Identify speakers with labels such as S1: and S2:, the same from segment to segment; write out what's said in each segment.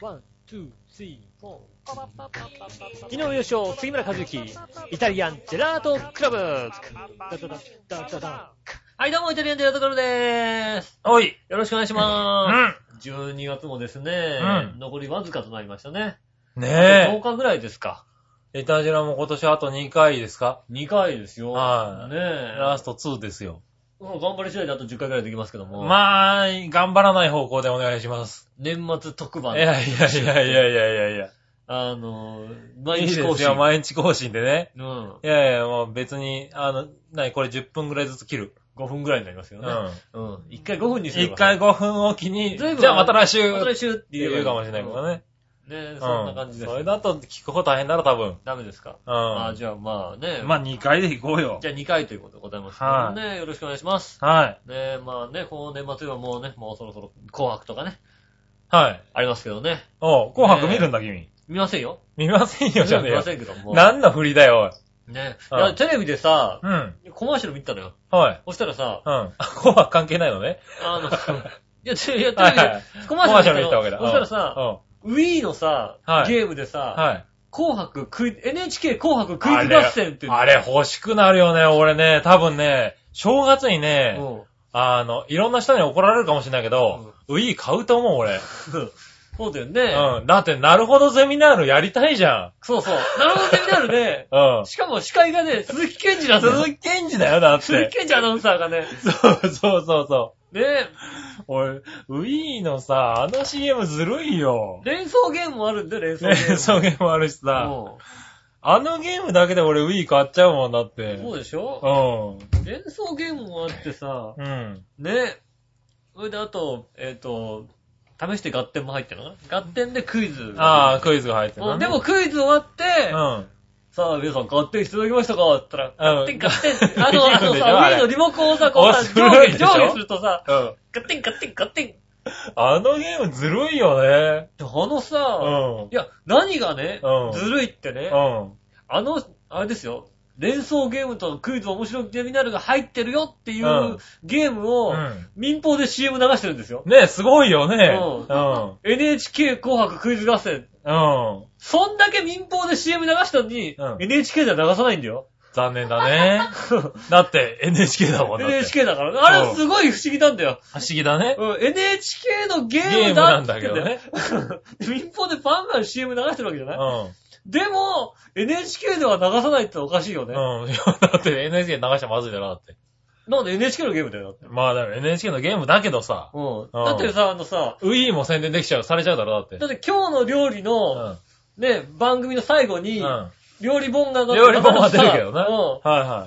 S1: ワン、ツー、スリー、フォー。
S2: 昨
S1: 昨日優勝、杉村和之、イタリアンジェラートクラブダダダダダダ
S2: はい、どうも、イタリアンデラトクルでーす。
S3: おい。
S2: よろしくお願いし
S3: う
S2: ま
S3: ん。
S2: す。12月もですね、
S3: うん
S2: 残りわずかとなりましたね。
S3: ね
S2: 10日ぐらいですか。
S3: え。イタジラも今年あと2回ですか
S2: 2回ですよ。
S3: はい
S2: ねえ。
S3: ラスト2ですよ。
S2: もう頑張り次第であと10回ぐらいできますけども。
S3: まあ、頑張らない方向でお願いします。
S2: 年末特
S3: い
S2: 番。
S3: やいやいやいやいやいやいや。
S2: あの、
S3: い
S2: 毎
S3: い
S2: 日
S3: で
S2: 更
S3: す
S2: 新。
S3: よ、毎日更新でね。
S2: うん。
S3: いやいや、もう別に、あの、なに、これ10分ぐらいずつ切る。
S2: 5分ぐらいになりますよ
S3: う
S2: ね。
S3: ん。
S2: うん。1回5分にすれば。
S3: 一回5分おきに、
S2: 随分
S3: じゃあまた来週
S2: ま
S3: ったて
S2: 来週って言えば
S3: 言うかもしれないけど。ね。
S2: ね
S3: う
S2: そんな感じです。
S3: それだと聞く方大変だろ、多分。うん。
S2: ダメですかあ
S3: ま
S2: じゃあまあね。
S3: あ2回で行こうよ
S2: じ。ゃあ2回ということでございますけどもね。よろしくお願いします。
S3: はい。
S2: ねまあね、この年末はもうね、もうそろそろ紅白とかね、
S3: はい。
S2: ありますけどね。
S3: おう、紅白見るんだ、君。
S2: 見ませんよ。
S3: 見ませんよ、じゃね
S2: 見
S3: え
S2: ま
S3: よ。
S2: せんけども。
S3: 何の振りだよ、おい。
S2: ねいうや、
S3: ん
S2: テレビでさ、
S3: うん。
S2: コマーシャル見たのよ。
S3: はい。
S2: そしたらさ、
S3: うん。紅白関係ないのね。
S2: あ の、いや、テレビで
S3: はいはい、
S2: コマー
S3: 紅白
S2: シ
S3: シ
S2: ャ
S3: ャ
S2: ル見
S3: ル見
S2: た
S3: た
S2: の
S3: わけだ。
S2: そしたら
S3: う
S2: さ、
S3: ん。
S2: Wii のさ
S3: は、い
S2: ゲームでさ、
S3: はい。
S2: 紅白クイ、NHK 紅白クイズ合戦っていうの
S3: あれあれ欲しくなるよね、俺ね。多分ね、正月にね、
S2: うん
S3: あの、いろんな人に怒られるかもしれないけど、ウィー買うと思う、俺。
S2: そうだよね。
S3: うん。だって、なるほどゼミナールやりたいじゃ
S2: そうそう。なるほど、セミナールね。
S3: ん。うん。
S2: しかも司会がね、鈴木健二なんだよ。
S3: 鈴木健二だよ、だっ
S2: 鈴
S3: て
S2: 木。健二アナウンサーがね。
S3: そうそうそうそ
S2: ね
S3: う。俺、ウィーのさ、あの CM ずるいよ。
S2: 連想ゲームもあるんだよ、連想ゲーム。
S3: ね、 そうゲームあるしさ。
S2: も
S3: あのゲームだけで俺ウィー買っちゃうもんだっ
S2: う
S3: て。
S2: そうでしょ
S3: う
S2: 連想ゲームもあってさ、
S3: ん。うん。
S2: ねそれであと、えっ、と、試して合点も入ってるのかな合点でクイズ。
S3: ああ、クイズが入ってる
S2: う
S3: なんね。
S2: でもクイズ終わって、
S3: うん。
S2: さあ皆さん合点していただきましたかって言ったら、
S3: うん
S2: 合点合 点。あの、あ
S3: できる
S2: の
S3: んでしょあ
S2: さ、
S3: れ
S2: 上のリモコンをさ、こうさ、
S3: あす
S2: 上
S3: ご
S2: 下、
S3: いでしょ
S2: 上下するとさ、
S3: うん。
S2: 合点合点合点。
S3: あのゲームずるいよね。
S2: あのさ、
S3: うん
S2: いや、何がね、
S3: うん
S2: ずるいってね、
S3: うん。
S2: あの、あれですよ、連想ゲームとクイズ面白くゼミナルが入ってるよっていう、
S3: うん
S2: ゲームを、
S3: うん
S2: 民放で CM 流してるんですよ。
S3: ねすごいよね。
S2: う
S3: うんん。
S2: NHK 紅白クイズ合戦。
S3: うん。
S2: そんだけ民放で CM 流したのに、
S3: うん
S2: NHK では流さないんだよ。
S3: 残念だ ね。だって NHK だもんだって。
S2: NHK だからね。あ
S3: う
S2: れ
S3: ん
S2: すごい不思議なんだよ。
S3: 不思議だね。
S2: うん、NHK のゲ
S3: ゲー
S2: ーム
S3: ム
S2: だ
S3: な
S2: っ
S3: ん
S2: て
S3: だけどね。
S2: 民放でバンバン CM 流してるわけじゃ
S3: う
S2: ない、
S3: ん。
S2: でも、NHK では流さないっておかしいよね。
S3: うん。いやだって NHK 流したらまずいだろ、だって。
S2: なんで NHK のゲームだよ、だって。
S3: まあだから NHK のゲームだけどさ、
S2: うん。
S3: うん
S2: だってさ、あのさ、
S3: ウィーも宣伝できちゃう、されちゃうだろ、だって
S2: だ。って今日の料理の、ね、番組の最後に
S3: う、ん。
S2: 料理本が載って
S3: 料理本は出るけどな。
S2: う
S3: はいは
S2: ん。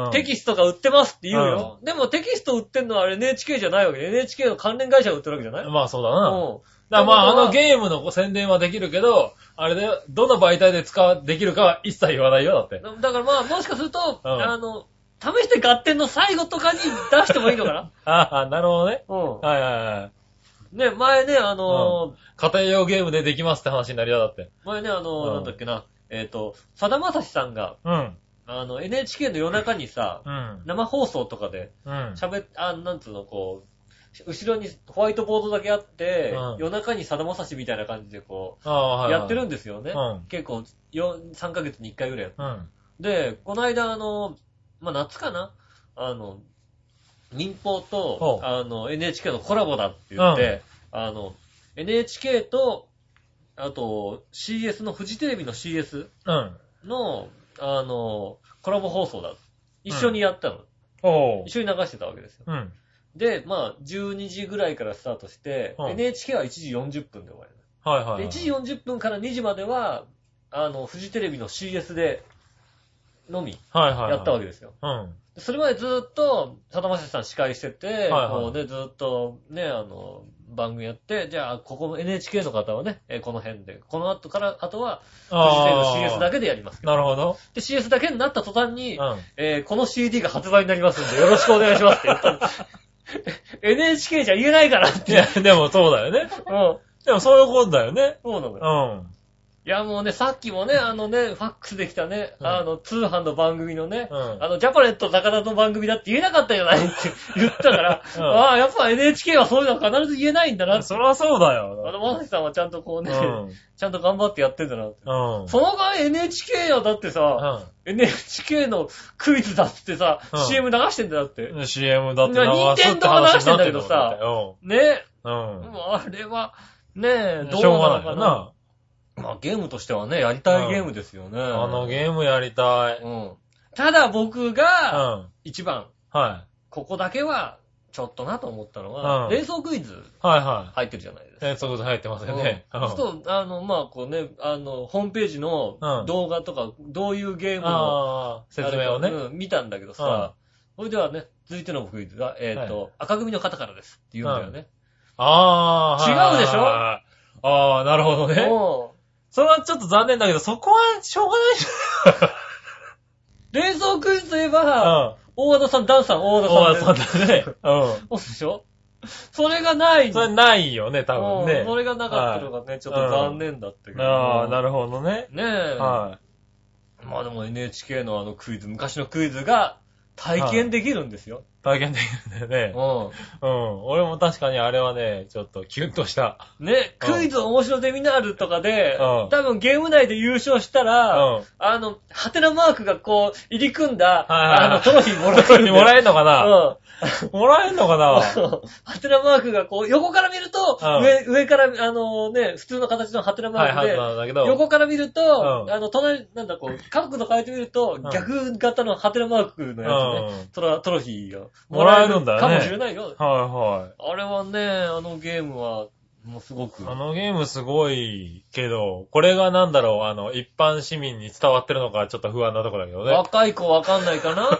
S2: う。
S3: うんん
S2: テキストが売ってますって言うよ。でもテキスト売ってんのはあれ NHK じゃないわけで、NHK の関連会社が売ってるわけじゃない
S3: い。
S2: うん。
S3: まあそうだな。だからまあ、あのゲームの宣伝はできるけど、あれだよ、どの媒体で使わ、できるかは一切言わないよ、だって。
S2: だだからまあ、もしかすると、
S3: うん
S2: あの、試して合点の最後とかに出してもいいのか な
S3: ああ、なるほどね。
S2: う
S3: はいはいはい。
S2: ん。ね、前ね、あのー、
S3: 家庭用ゲームでできますって話になるよ、だって。
S2: 前ね、あのー、
S3: うん
S2: なんだっけな、えっと、さだまさしさんが、
S3: うん。
S2: あの、NHK の夜中にさ、
S3: うん。
S2: 生放送とかで、
S3: うん。
S2: 喋っ、あ、なんつうの、こう、後ろにホワイトボードだけあって、
S3: うん
S2: 夜中にさだまさしみたいな感じでこ
S3: ああ、
S2: う、
S3: はいはい。
S2: やってるんですよね。
S3: うん
S2: 結構、4、3ヶ月に1回ぐらいやっ
S3: うん。
S2: で、この間、あの、まあ、夏かなあの、民放と
S3: ほ、う
S2: あの、NHK のコラボだって言って、あの、NHK と、あと、CS の、フジテレビの CS
S3: うん。
S2: の、あの、コラボ放送だ。一緒にやったの。
S3: おう。
S2: 一緒に流してたわけですよ。
S3: うん。
S2: で、まあ、12時ぐらいからスタートして、
S3: うん
S2: NHK は1時40分で終わり
S3: はいはいはい。
S2: で、1時40分から2時までは、あの、フジテレビの CS で、のみ、
S3: はいはいはい。
S2: やったわ
S3: け。
S2: けですよ。
S3: うん。
S2: でそれまでずーっと、さだまさしさん司会してて、
S3: はいはい
S2: こうね、ずーっとね、あの、番組やって、じゃあ、ここの NHK の方はね、えーこの辺で、この後から、あとは、フジテレビの CS だ
S3: け。
S2: けでやりますけど。
S3: なるほど。
S2: で、CS だけになった途端
S3: う
S2: に、
S3: ん。
S2: えーこの CD が発売になりますんで、よろしくお願いしますって言った の NHK じゃ言えないからって。
S3: いや、でもそうだよね。
S2: うん。
S3: でもそういうことだよね。
S2: そうなの
S3: う
S2: よ。
S3: ん。
S2: いや、もうね、さっきもね、あのね、ファックスできたね、
S3: うん
S2: あの、通販の番組のね、
S3: うん
S2: あの、ジャパネット高田の番組だって言えなかったじゃないって言ったから、
S3: うん
S2: ああ、やっぱ NHK はそういうのは必ず言えないんだなって。
S3: そりゃそうだ
S2: あの、
S3: よ。
S2: まさきさんはちゃんとこう
S3: う
S2: ね、
S3: ん。
S2: ちゃんと頑張ってやってんだなって。
S3: うん。
S2: その場合 NHK はだってさ、NHK のクイズだってさ、
S3: うん
S2: 任天堂流してんだよだって。
S3: うん。CM だって流す
S2: 任
S3: っ
S2: 天
S3: て
S2: 堂が流
S3: 話
S2: し
S3: に
S2: て
S3: なんっ
S2: だけ
S3: てる
S2: ど
S3: の
S2: さね
S3: うん。うん。
S2: あれは、ねえ、どう
S3: しょう
S2: なの
S3: がない
S2: か
S3: よ
S2: な。
S3: な。
S2: まあゲームとしてはね、やりたいゲームですよね。
S3: あのゲームやりたい。
S2: うん。ただ僕
S3: うん。
S2: が、
S3: は
S2: 一番、
S3: い。はい
S2: ここだけは、ちょっとなと思ったのは、
S3: うん
S2: 冷蔵クイズ
S3: は
S2: 入ってるじゃないです
S3: い。
S2: か。
S3: 変則で入ってますよね。
S2: う
S3: うんん。
S2: そうすると、あの、まあ、こうね、あの、ホームページの
S3: うん
S2: 動画とか、どういうゲームの
S3: ああ、説明をね。
S2: うん見たんだけどさ、それではね、続いてのクイズが、えっ、と、赤組の方からですって言うんだよね。
S3: ああ、は
S2: 違
S3: い
S2: うでしょ
S3: はいああ、なるほどね。
S2: も
S3: それはちょっと残念だけど、そこはしょうがないじ
S2: う、冷蔵クイズといえば、
S3: ゃん。
S2: 大和田さん、ダンさん、大
S3: う
S2: 和
S3: ん。
S2: 田さんです。
S3: 大和田さんだね。
S2: そ
S3: う
S2: うでしょそれがない
S3: ん。それないよね、多分
S2: うんそ
S3: ね。
S2: れがなかったのがね、ちょっと残念だったけど。
S3: ああ、なるほどね。
S2: ねえ。
S3: は
S2: まあでも NHK のあのクイズ、昔のクイズが体験できるんですよ。
S3: い。体験できるんだよね。うん。俺も確かにあれはね、ちょっとキュンとした。
S2: うん。ね、
S3: うん
S2: クイズ面白ゼミナールとかで、
S3: うん
S2: 多分ゲーム内で優勝した
S3: う
S2: ら、
S3: ん。
S2: あの、ハテナマークがこう、入り組んだ、
S3: はいはい
S2: あの、トロフィーもら
S3: こ
S2: えるんだ
S3: れ
S2: よ。
S3: もらえんのかな
S2: うん。
S3: もらえんのかな
S2: そう ハテナマークがこう、横から見ると、
S3: うん
S2: 上、上から、あのね、普通の形のハテナマ
S3: はい、
S2: ー
S3: は
S2: ク
S3: ず
S2: で、
S3: なんだけど。
S2: 横から見ると、
S3: うん
S2: あの、隣、なんだこう、角度変えてみると、
S3: ん
S2: 逆型のハテナマークのやつね、
S3: うん
S2: トラトロフィーが
S3: もらえるんだよね
S2: かもしれないよ。
S3: はいはい。
S2: あれはね、あのゲームは、もうすごく。
S3: あのゲームすごいけど、これがなんだろう、あの、一般市民に伝わってるのかちょっと不安なとこだけどね。
S2: 若い子わかんないか な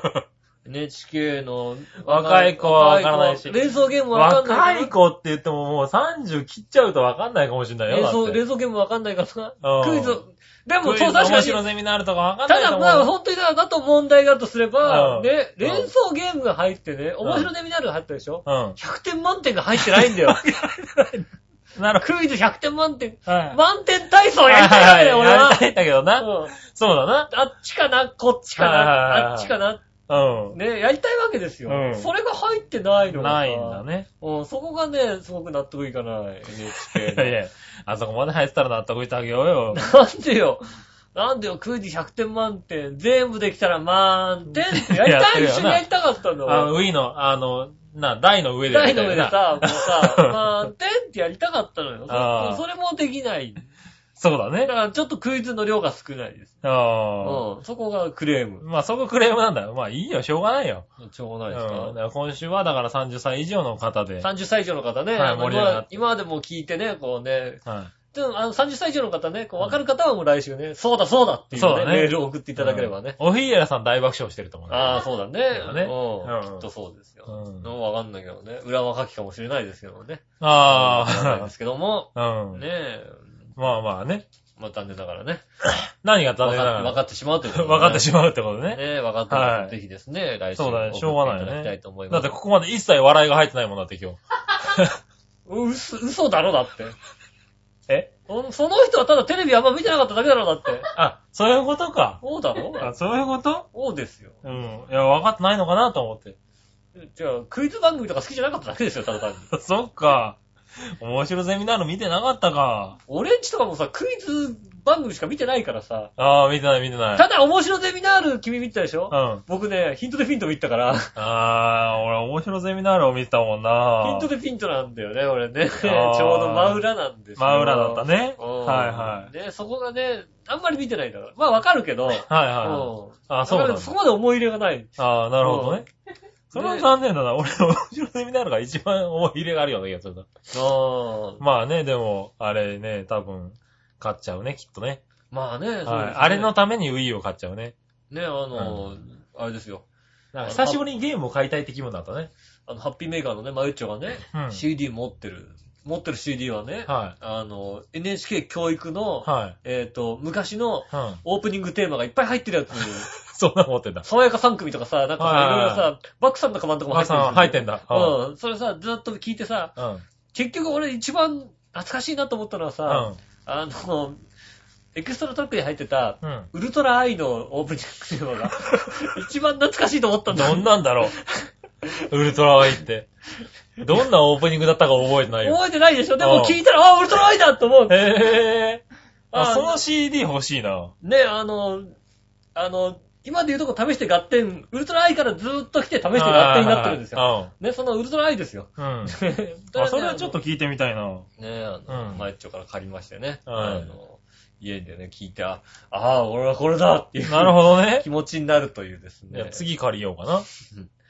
S2: ?NHK の
S3: 若い子はわからないし
S2: 若い子は冷蔵ゲームわかんない
S3: 若
S2: か
S3: い
S2: な
S3: 子って言ってももう30切っちゃうとわかんないかもしれない
S2: 冷
S3: よ。だっ
S2: 蔵
S3: て
S2: 冷蔵ゲームわかんないかな
S3: うん
S2: クイズ、でも、
S3: クイズ
S2: そう確か
S3: 面
S2: に。
S3: 白ゼミナールとかわかんな
S2: た
S3: いと
S2: だ
S3: 思う。
S2: まあ、本当にだだと問題だとすれば、
S3: うん
S2: ね、
S3: うん
S2: 連想ゲームが入ってね、面白ゼミナールが入ったでしょ
S3: うん。
S2: 100点満点が入ってないんだ よ。
S3: なるほ
S2: クイズ100点満点。
S3: ど。はい。
S2: 満点体操
S3: は
S2: やりたいんだよ、
S3: い
S2: 俺
S3: はい
S2: は
S3: やり。たいんだけどな。
S2: うん
S3: そうだな。
S2: あっちかな、こっちか
S3: はいはいはいは
S2: な、
S3: い
S2: あっちかな。
S3: う
S2: ね、やりたいわけですよ。
S3: うん
S2: それが入ってないの
S3: ん。
S2: が
S3: ないんだ。ね。
S2: うん、そこがね、すごく納得いかない、
S3: い
S2: NHK の
S3: やいや、あそこまで入ってたら納得いってあげよ うよ。
S2: なんでよ。なんでよ、クイズ100点満点。全部できたら満点ってやりたい、
S3: やってるよな
S2: 一緒にやりたかったんだ
S3: あの、
S2: よ。
S3: ウィの、あの、な、台の上で。、
S2: 台の上でさ、もうさ 満点ってやりたかったのよ。
S3: あー
S2: そそれもできない。
S3: そう
S2: だ
S3: だね
S2: か。らちょっとクイズの量が少ないです。
S3: あ
S2: うん、そこがクレーム
S3: あ。。まあそこクレームなんだよ。まあいいよ、しょうがないよ。
S2: しょうが
S3: う。
S2: なんいですか、
S3: だから今週はだから30歳以上の方で。はい。
S2: 30歳以上の方ね、
S3: はい
S2: あの
S3: 盛り上が
S2: 今
S3: っ
S2: 今までも聞いてね、こうね、でもあの30歳以上の方ね、こう分かる方はもう来週ね、そうだそうだっていう,、
S3: そう
S2: ね
S3: だね
S2: メールを送っていただければね。
S3: うん。オフィエラさん大爆笑してると思うね。
S2: ああ、そうだね。
S3: だね
S2: うん
S3: うん
S2: きっとそうですよ。
S3: うん
S2: うんわかんないけどね。裏は書きかもしれないですけどね。わかんない
S3: あ
S2: ですけども、
S3: あ。うん。
S2: ねえ、
S3: まあまあね。
S2: まあ残念ながらね。
S3: 何が残
S2: 分
S3: 念な
S2: か分
S3: が
S2: かってしまうというこ
S3: ら。
S2: と
S3: 分かってし
S2: ま
S3: まうってことね。
S2: ねえ、分かってしま
S3: は
S2: う。
S3: い
S2: ぜひですね、来週。
S3: そうだねしょうがないよね
S2: いただきたいと思い
S3: だ
S2: ま
S3: っ
S2: す
S3: て。ここまで一切笑いが入ってないもんだって今日。
S2: 嘘、嘘だろだって。
S3: え
S2: そその人はただテレビあんま見てなかっただけだろだって。
S3: あ、そういうことか。
S2: そうだろ
S3: あ、そういうこと
S2: そうですよ。
S3: うん。いや、分かってないのかなと思って。
S2: じゃあ、クイズ番組とか好きじゃなかっただけですよ、ただ単に。
S3: そっか。面白ゼミナール見てなかったか。
S2: 俺んちとかもさ、クイズ番組しか見てないからさ、
S3: ああ、見てない見てない。
S2: ただ面白ゼミナール君見てたでしょ
S3: うん。
S2: 僕ね、ヒントでフィント見たから、ヒ
S3: あー、俺、面白ゼミナールを見てたもんな
S2: ントでフィントなんだよね、俺ね。ちょう
S3: ー
S2: ど真裏なんですよ。
S3: 真裏だった
S2: ね。
S3: ね。はいはい。
S2: い。ね、そこがね、あんまり見てないから。まあわかるけど、
S3: はいは
S2: うん
S3: い。あ、そうなん
S2: だから
S3: だ
S2: そ。こまで思い入れがない。
S3: あー、なるほどね。それは
S2: ね
S3: 残念だな。俺、面白ゼミナールが一番思い入れがあるような気がするな。
S2: ああ
S3: まあね、でも、あれね、多分、買っちゃうね、きっとね。
S2: まあね、そうですね
S3: はい。あれの、ために Wii を買っちゃうね。
S2: ね、あの、あれですよ。
S3: なんか久しぶりにゲームを買いたいって気分だったね。
S2: あの、ハッピーメーカーのね、マユッチョがね、
S3: うん
S2: CD 持ってる。持ってる CD はね、
S3: は
S2: あの、NHK 教育の、
S3: はい。
S2: えっ、と、昔の
S3: うん。
S2: オープニングテーマがいっぱい入ってる やつ、
S3: そんな思ってんだ。
S2: 爽やか3組とかさ、なんかさ、
S3: はいい
S2: ろ
S3: はい
S2: ろ
S3: い
S2: さ、バックさんのカバンとかも入
S3: まあ
S2: ってる。
S3: さん、入ってんだ。う
S2: うん。それさ、ずっと聞いてさ、
S3: ん。うん。
S2: 結局俺一番懐かしいなと思ったのはさ、あの、エクストラトラックに入ってた、
S3: うん。
S2: ウルトラアイのオープニングテーマ が、一番懐かしいと思ったんだ。
S3: どんなんだろう。ウルトラアイって。どんなオープニングだったか覚えてないよ。
S2: 覚えてないでしょで
S3: うん
S2: も聞いたら、ああ、ウルトラアイだと思う。
S3: へぇー。あ、
S2: あ
S3: その CD 欲しいな。
S2: ね、あの、あの、今で言うとこ試して合点、ウルトラアイからずーっと来て試して合点になってるんですよ。
S3: よ。
S2: ね、そのウルトラアイですよ。
S3: うん。うん。
S2: それね
S3: あ、それはちょっと。聞いてみたいな。
S2: あのね、あの、
S3: うん
S2: マイッチョから借りましてね。
S3: はい
S2: あの家でね、聞いて、ああー、俺はこれだっていう。
S3: なるほどね。
S2: 気持ちになるというです
S3: いや
S2: ね。
S3: 次借りようか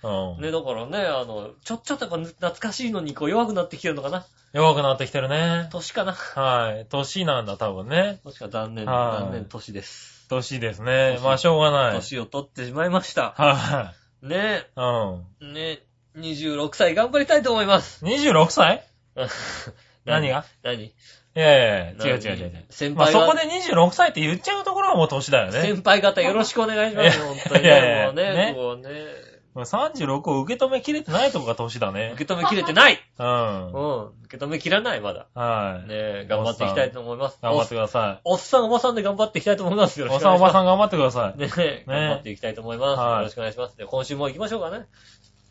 S3: な。うん。
S2: ね、だからね、あの、ちょ、ちょっとやっぱ懐かしいのにこう弱くなってきてるのかな
S3: 弱くなってきてるね。
S2: 年かな
S3: はい。年なんだ、多分ね。
S2: もしか残念、
S3: はい
S2: 残念年です。
S3: 年ですね。
S2: 年
S3: まあ、しょうがない。
S2: 年を取ってしまいました。
S3: は
S2: ね
S3: い。うん。
S2: ね26歳頑張りたいと思います。
S3: 26歳 何
S2: 何
S3: が
S2: 何
S3: いやいや違う違う違う違う。
S2: 先
S3: まあ、
S2: 輩
S3: そこ
S2: が、
S3: で26歳って言っちゃうところはもう年だよね。
S2: 先輩方よろしくお願いしますよ、本当に
S3: いやい
S2: ね。も
S3: や
S2: う
S3: ね
S2: ね、こうね、
S3: もう36を受け止めきれてないとこが年だね。
S2: 受け止めきれてない
S3: うん。
S2: うん、受け止めきらない、まだ。
S3: はい。
S2: ね頑張っていきたいと思います。
S3: 頑張ってくださ
S2: おっさん、おばさんで頑張っていきたいと思います。
S3: い。
S2: よろ
S3: お
S2: しく
S3: さん
S2: お
S3: お
S2: 願
S3: ば
S2: いし
S3: さ
S2: ま
S3: ん頑張ってくださ
S2: す。ね頑張っていきたいと思います。
S3: はい
S2: よろしくお願いします。で今週も行きましょうかね。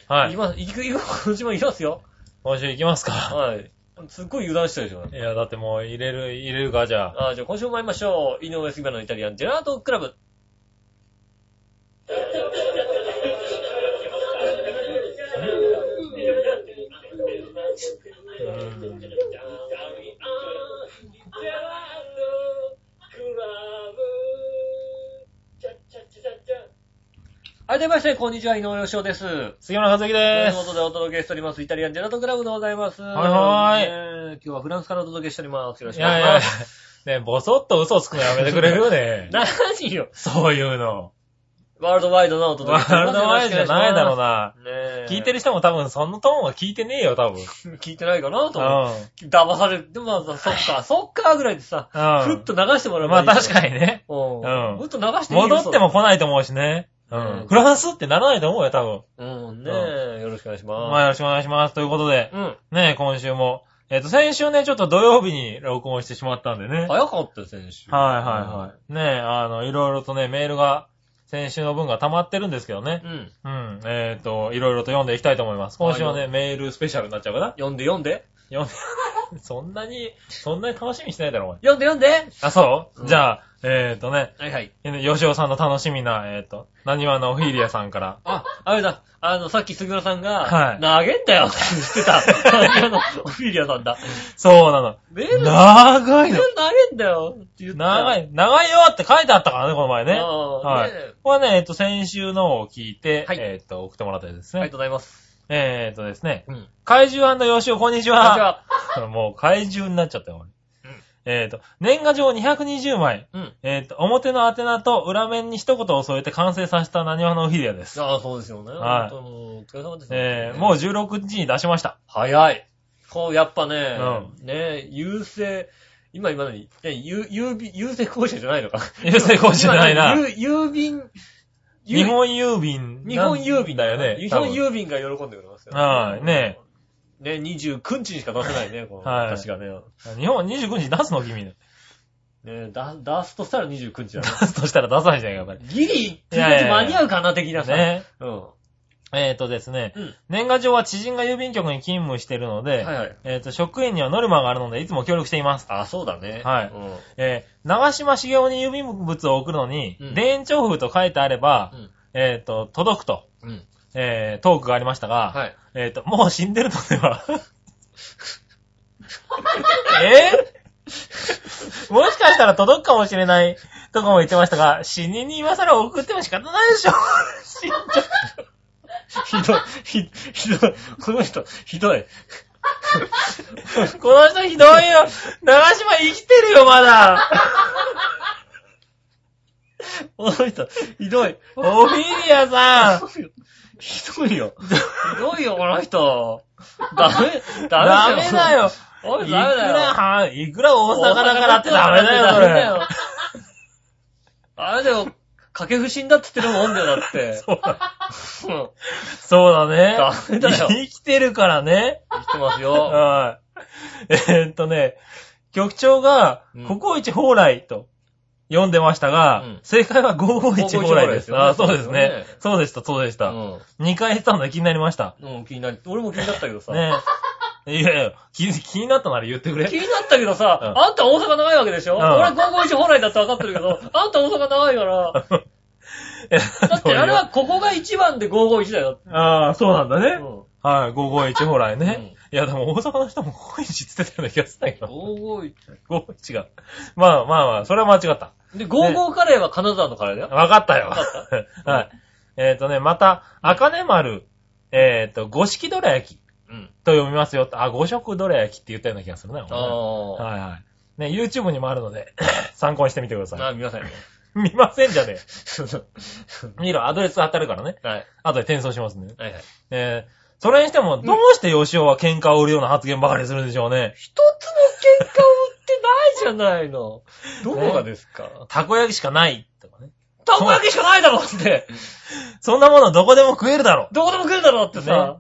S3: い。は
S2: 行き
S3: い。
S2: ます、行く、行く、今 週も行きますよ。
S3: 今週行きますか。
S2: はい。すっごい油断したでしょ。
S3: いや、だってもう入れる、入れるか、じゃあ。
S2: あじゃあ今週も参りましょう。井上杉村のイタリアンジェラートクラブ。
S3: うん。
S2: はい、どうもみなさん、こんにちは、井上洋うです。という
S3: 杉村和之で
S2: こと
S3: す。
S2: でお届けしております、イタリアンジェラートクラブでございます。
S3: はいはーい
S2: い。今日はフランスからお届けしております。よろし
S3: い
S2: くお願
S3: や
S2: い
S3: い
S2: しま
S3: や
S2: す。。
S3: ねえ、ぼそっと嘘つくのやめてくれるよね
S2: 何よ。
S3: そういうの。
S2: ワールドワイドなお届
S3: ワ
S2: けしてお
S3: ー
S2: りま
S3: ル
S2: す。
S3: ドワイドじゃないだろう
S2: な。
S3: な。
S2: ねえ。
S3: 聞いてる人も多分そのトーンは聞いてねえよ、多分。
S2: 聞いてないかなと思っ
S3: う
S2: て。騙される。でもまあ、そっ か、そっか、ぐらいでさ、
S3: ん。
S2: ふ
S3: う
S2: っ
S3: ん。
S2: と流してもらえば
S3: まあ確か
S2: に。
S3: にね。
S2: うん。ふっと流してみる
S3: 戻っても。来ないと思うしね。うん。フランスってならないと思うよ、多分。
S2: うん、ねえ、よろしくお願いし
S3: まあ
S2: ま。、
S3: よろしくお願いします。ということです
S2: うん。
S3: ね、今週も。えっと、先週ね、ちょっと土曜日に録音してしまったんでね。はい
S2: 早かったよ、選手。
S3: はいはい。ね、あの、いろいろとね、メールが、先週の分が溜まってるんですけどね。
S2: うん。
S3: うん。えっと、いろいろと読んでいきたいと思います。今週は
S2: は
S3: ね、メールスペシャルになっちゃうかな。
S2: 読んで読んで。
S3: 読ん で、そんなに、そんなに楽しみにしてないだろ、お前。
S2: 読んで読んで
S3: あ、そう、
S2: うん
S3: じゃあ、えっ、とね、
S2: はいはい。
S3: 吉尾さんの楽しみな、えっ、と、なにわのオフィリアさんから。
S2: あ、あれだ。あの、さっき杉村さんが、
S3: は
S2: 投
S3: い
S2: げんだよって言って た。あの、オフィリアさんだ。
S3: そうなの。
S2: メール、メー
S3: 長い
S2: ル
S3: の
S2: 投。げんだよって言ってた。
S3: 長
S2: い
S3: い、長いよって書いてあったからね、この前ね。は
S2: はいい。ねえ
S3: これはね、えっ、と、先週のを聞いて、
S2: はい
S3: えっ、と、送ってもらったやつです
S2: あり
S3: ね。
S2: がとうございます。
S3: えっ、とですね、
S2: うん。
S3: 怪獣吉尾、こんにち
S2: こんにち
S3: は。
S2: は。
S3: もう怪獣になっちゃったよ、
S2: う
S3: 俺。
S2: ん
S3: えっ、と、年賀状220枚、
S2: うん。
S3: えっ、と、表の宛名と裏面に一言を添えて完成させた何話のオフィリアです。
S2: ああ、そうですよね。
S3: は
S2: 本
S3: い
S2: 当にもうお疲れ様ですね。
S3: えー、もう16日に出しました。
S2: 早い。こう、やっぱね、
S3: う
S2: ね、優勢、今今何ね、ゆ郵便、郵政公社じゃないのか。
S3: 郵政 公社じゃないな
S2: 今ねゆ郵便、郵
S3: 日本郵便。
S2: 日本郵便
S3: だよね。
S2: 日本郵便が喜んでくれますよ。
S3: はいね
S2: ね、29日にしか出せないね、この
S3: はい
S2: 確かね。
S3: 多分日本25日出すの君。
S2: ね、だ出すとしたら29日だ
S3: 出
S2: ね。
S3: すとしたら出さないじゃん、やっぱり。
S2: ギリ、
S3: いやいやいや
S2: 間に合うかな、的なさ。
S3: ね。
S2: うん。は
S3: えっ、とですね、
S2: うん
S3: 年賀状は知人が郵便局に勤務しているの
S2: い
S3: で、
S2: はい。
S3: えっ、と、職員にはノルマがあるので、いつも協力しています。
S2: あ、そうだね。
S3: はい
S2: い。
S3: えー長島茂雄に郵便物を送るのに、
S2: うん
S3: 田園調布と書いてあれば、
S2: うん
S3: えっ、と、届くと、
S2: うん。うん。
S3: えートークがありましたが、
S2: はい。
S3: えっ、と、もう死んでるので はえーもしかしたら届くかもしれないとかも言ってましたが、死にに今更送っても仕方ないでしょ死んじゃう。
S2: ひどい、ひ、 ひどい。この人、ひどい。
S3: この人ひどいよ長島生きてるよ、まだ
S2: この人、ひどい。
S3: オフィリアさん
S2: ひどいよ。 ひどいよ、この人。ダメ、
S3: ダ
S2: ダ
S3: メ
S2: メ
S3: だ。よ
S2: お
S3: い
S2: い、
S3: く
S2: ダメだよ。
S3: ら、はいくら大阪だからってダメだよ、そ
S2: だ
S3: れ
S2: よ。あれだよ、掛布死んだって言ってるもんだよ、だって。
S3: そうだ。
S2: うん
S3: そうだね。
S2: ダメだよ
S3: 生きてるからね。
S2: 生きてます よ。
S3: はい。えーっとね、局長が
S2: う、ん
S3: ココイチ蓬莱と、読んでましたが、
S2: うん
S3: 正解は551蓬莱です。
S2: 551蓬莱ですよね
S3: ああ、そうです
S2: そう
S3: ね
S2: ですよね。
S3: そうでした、そうでした。2回言ったので気になりました。
S2: うん。うん、気になり、俺も気になったけどさ。
S3: ねえ。いやいや、気気になったなら言ってく
S2: 気
S3: れ。
S2: になったけどさ、
S3: うん
S2: あんた大阪長いわけでしょ、
S3: うん
S2: 俺551本来だって分かってるけど、あんた大阪長い から、だってあれはここが1番で551だよ。
S3: ああ、そうなんだ
S2: う
S3: ね。
S2: ん。
S3: はい、551蓬莱
S2: うん
S3: ね。いや、でも大阪の人も551って言ってたような気がするんだけど。
S2: 551。
S3: 551が。まあまあまあ、それは間違った。
S2: で、55カレーは金沢のカレーだよ。
S3: わかったよ。
S2: わかっ
S3: はい。えっ、とね、また、あかね丸、えっ、と、五色どら焼き
S2: うん。
S3: と読みますよ。あ、五色どら焼きって言ったような気がするね。
S2: ああ。
S3: はいはい。ね、YouTube にもあるので、参考にしてみてくだ
S2: な
S3: さ
S2: あ、皆さんね。
S3: い。見ませんじゃね
S2: は
S3: え。見ろ、アドレス当たるからね。
S2: い。
S3: 後で転送しますんでね。
S2: はいはい。
S3: えー、それにしても、どうして吉尾は喧嘩を売るような発言ばかりするんでしょうね。
S2: 一つの喧嘩を売ってないじゃない の。どこがですか
S3: たこ焼きしかないとかね。
S2: たこ焼きしかないだろって。
S3: そんなものどこでも食えるだろ
S2: どこでも食えるだろってさ。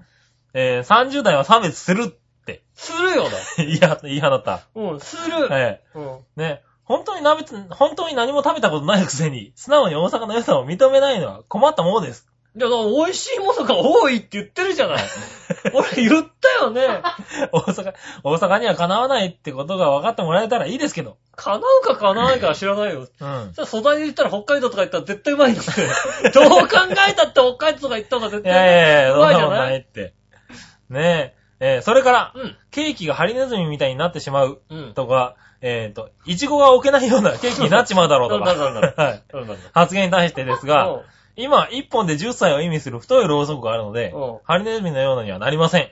S3: えー、30代は差別するって。
S2: するよな。
S3: いや、言い放った。
S2: うん、する。
S3: え
S2: うん。
S3: ー、ね。本当に鍋つ、本当に何も食べたことないくせに、素直に大阪の良さを認めないのは困ったものです。
S2: いや、だから美味しいものが多いって言ってるじゃない。俺言ったよね。
S3: 大阪、大阪にはかなわないってことが分かってもらえたらいいですけど。
S2: 叶うか叶わないかは知らないよ。
S3: うん。
S2: それ素材で言ったら北海道とか言ったら絶対うまいんだ って。どう考えたって北海道とか言った方が絶
S3: いやい
S2: 対
S3: やい
S2: う
S3: や、そん
S2: まい
S3: な
S2: じゃ
S3: ことな
S2: ないい
S3: って。ねえ。えー、それから、
S2: うん。
S3: ケーキがハリネズミみたいになってしまう
S2: うん。
S3: とか、えっ、と、イチゴが置けないようなケーキになっちまうだろうと
S2: なるなるなる
S3: か、はい、
S2: うんなんだ
S3: 発言に対してですが、
S2: うん
S3: 今、1本で10歳を意味する太いろうそくがあるので
S2: うん、
S3: ハリネズミのようなにはなりません。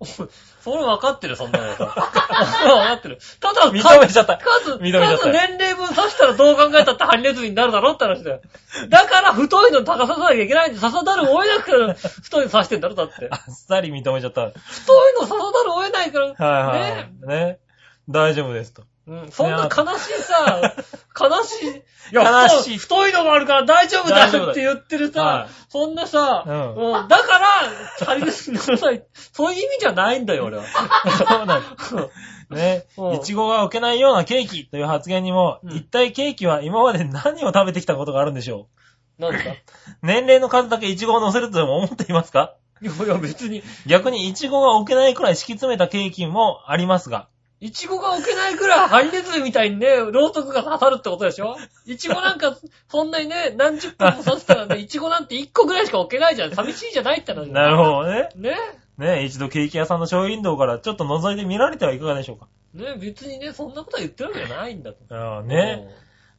S2: それ分かってる、そんなの さ。分かってる。ただ、
S3: 認
S2: 数、
S3: めちゃった。
S2: 数、
S3: 認めちゃった
S2: 数年齢分刺したらどう考えたってハリネズミになるだろって話だよ。だから、太いのに高ささなきゃいけないんで、刺さざるを得なくから、太いの刺してんだろ、だ って
S3: あ。っさり認めちゃった。はい
S2: 太いの刺さざるを得ないから。
S3: はいは
S2: ね
S3: い。ね。大丈夫ですと。
S2: うんそんな悲しい さ、悲しい。い
S3: 悲しい
S2: 太い太いのがあるから大丈夫だ
S3: 大丈夫だ
S2: よって言ってる
S3: は
S2: さ
S3: い、
S2: そんなさ、
S3: う
S2: うんだから、ハリネズミにならない。そういう意味じゃないんだよ、 俺は。
S3: そうなんですね
S2: うん。
S3: イチゴが置けないようなケーキという発言にも、
S2: うん
S3: 一体ケーキは今まで何を食べてきたことがあるんでしょ
S2: なんだ
S3: う年齢の数だけイチゴを乗せるとでも思っていますか
S2: いやいや、別に、
S3: 逆にイチゴが置けないくらい敷き詰めたケーキもありますが、
S2: イチゴが置けないくらいハリネズミみたいにね、ろうそくが刺さるってことでしょイチゴなんか、そんなにね、何十本も刺したら ね、イチゴなんて1個ぐらいしか置けないじゃん。寂しいじゃないって話だよ
S3: なるほどね。
S2: ね。
S3: ね一度ケーキ屋さんのショーウィンドウからちょっと覗いてみられてはいかがでしょうか。
S2: ね、別にね、そんなことは言ってるわけじゃないんだと。
S3: ああね。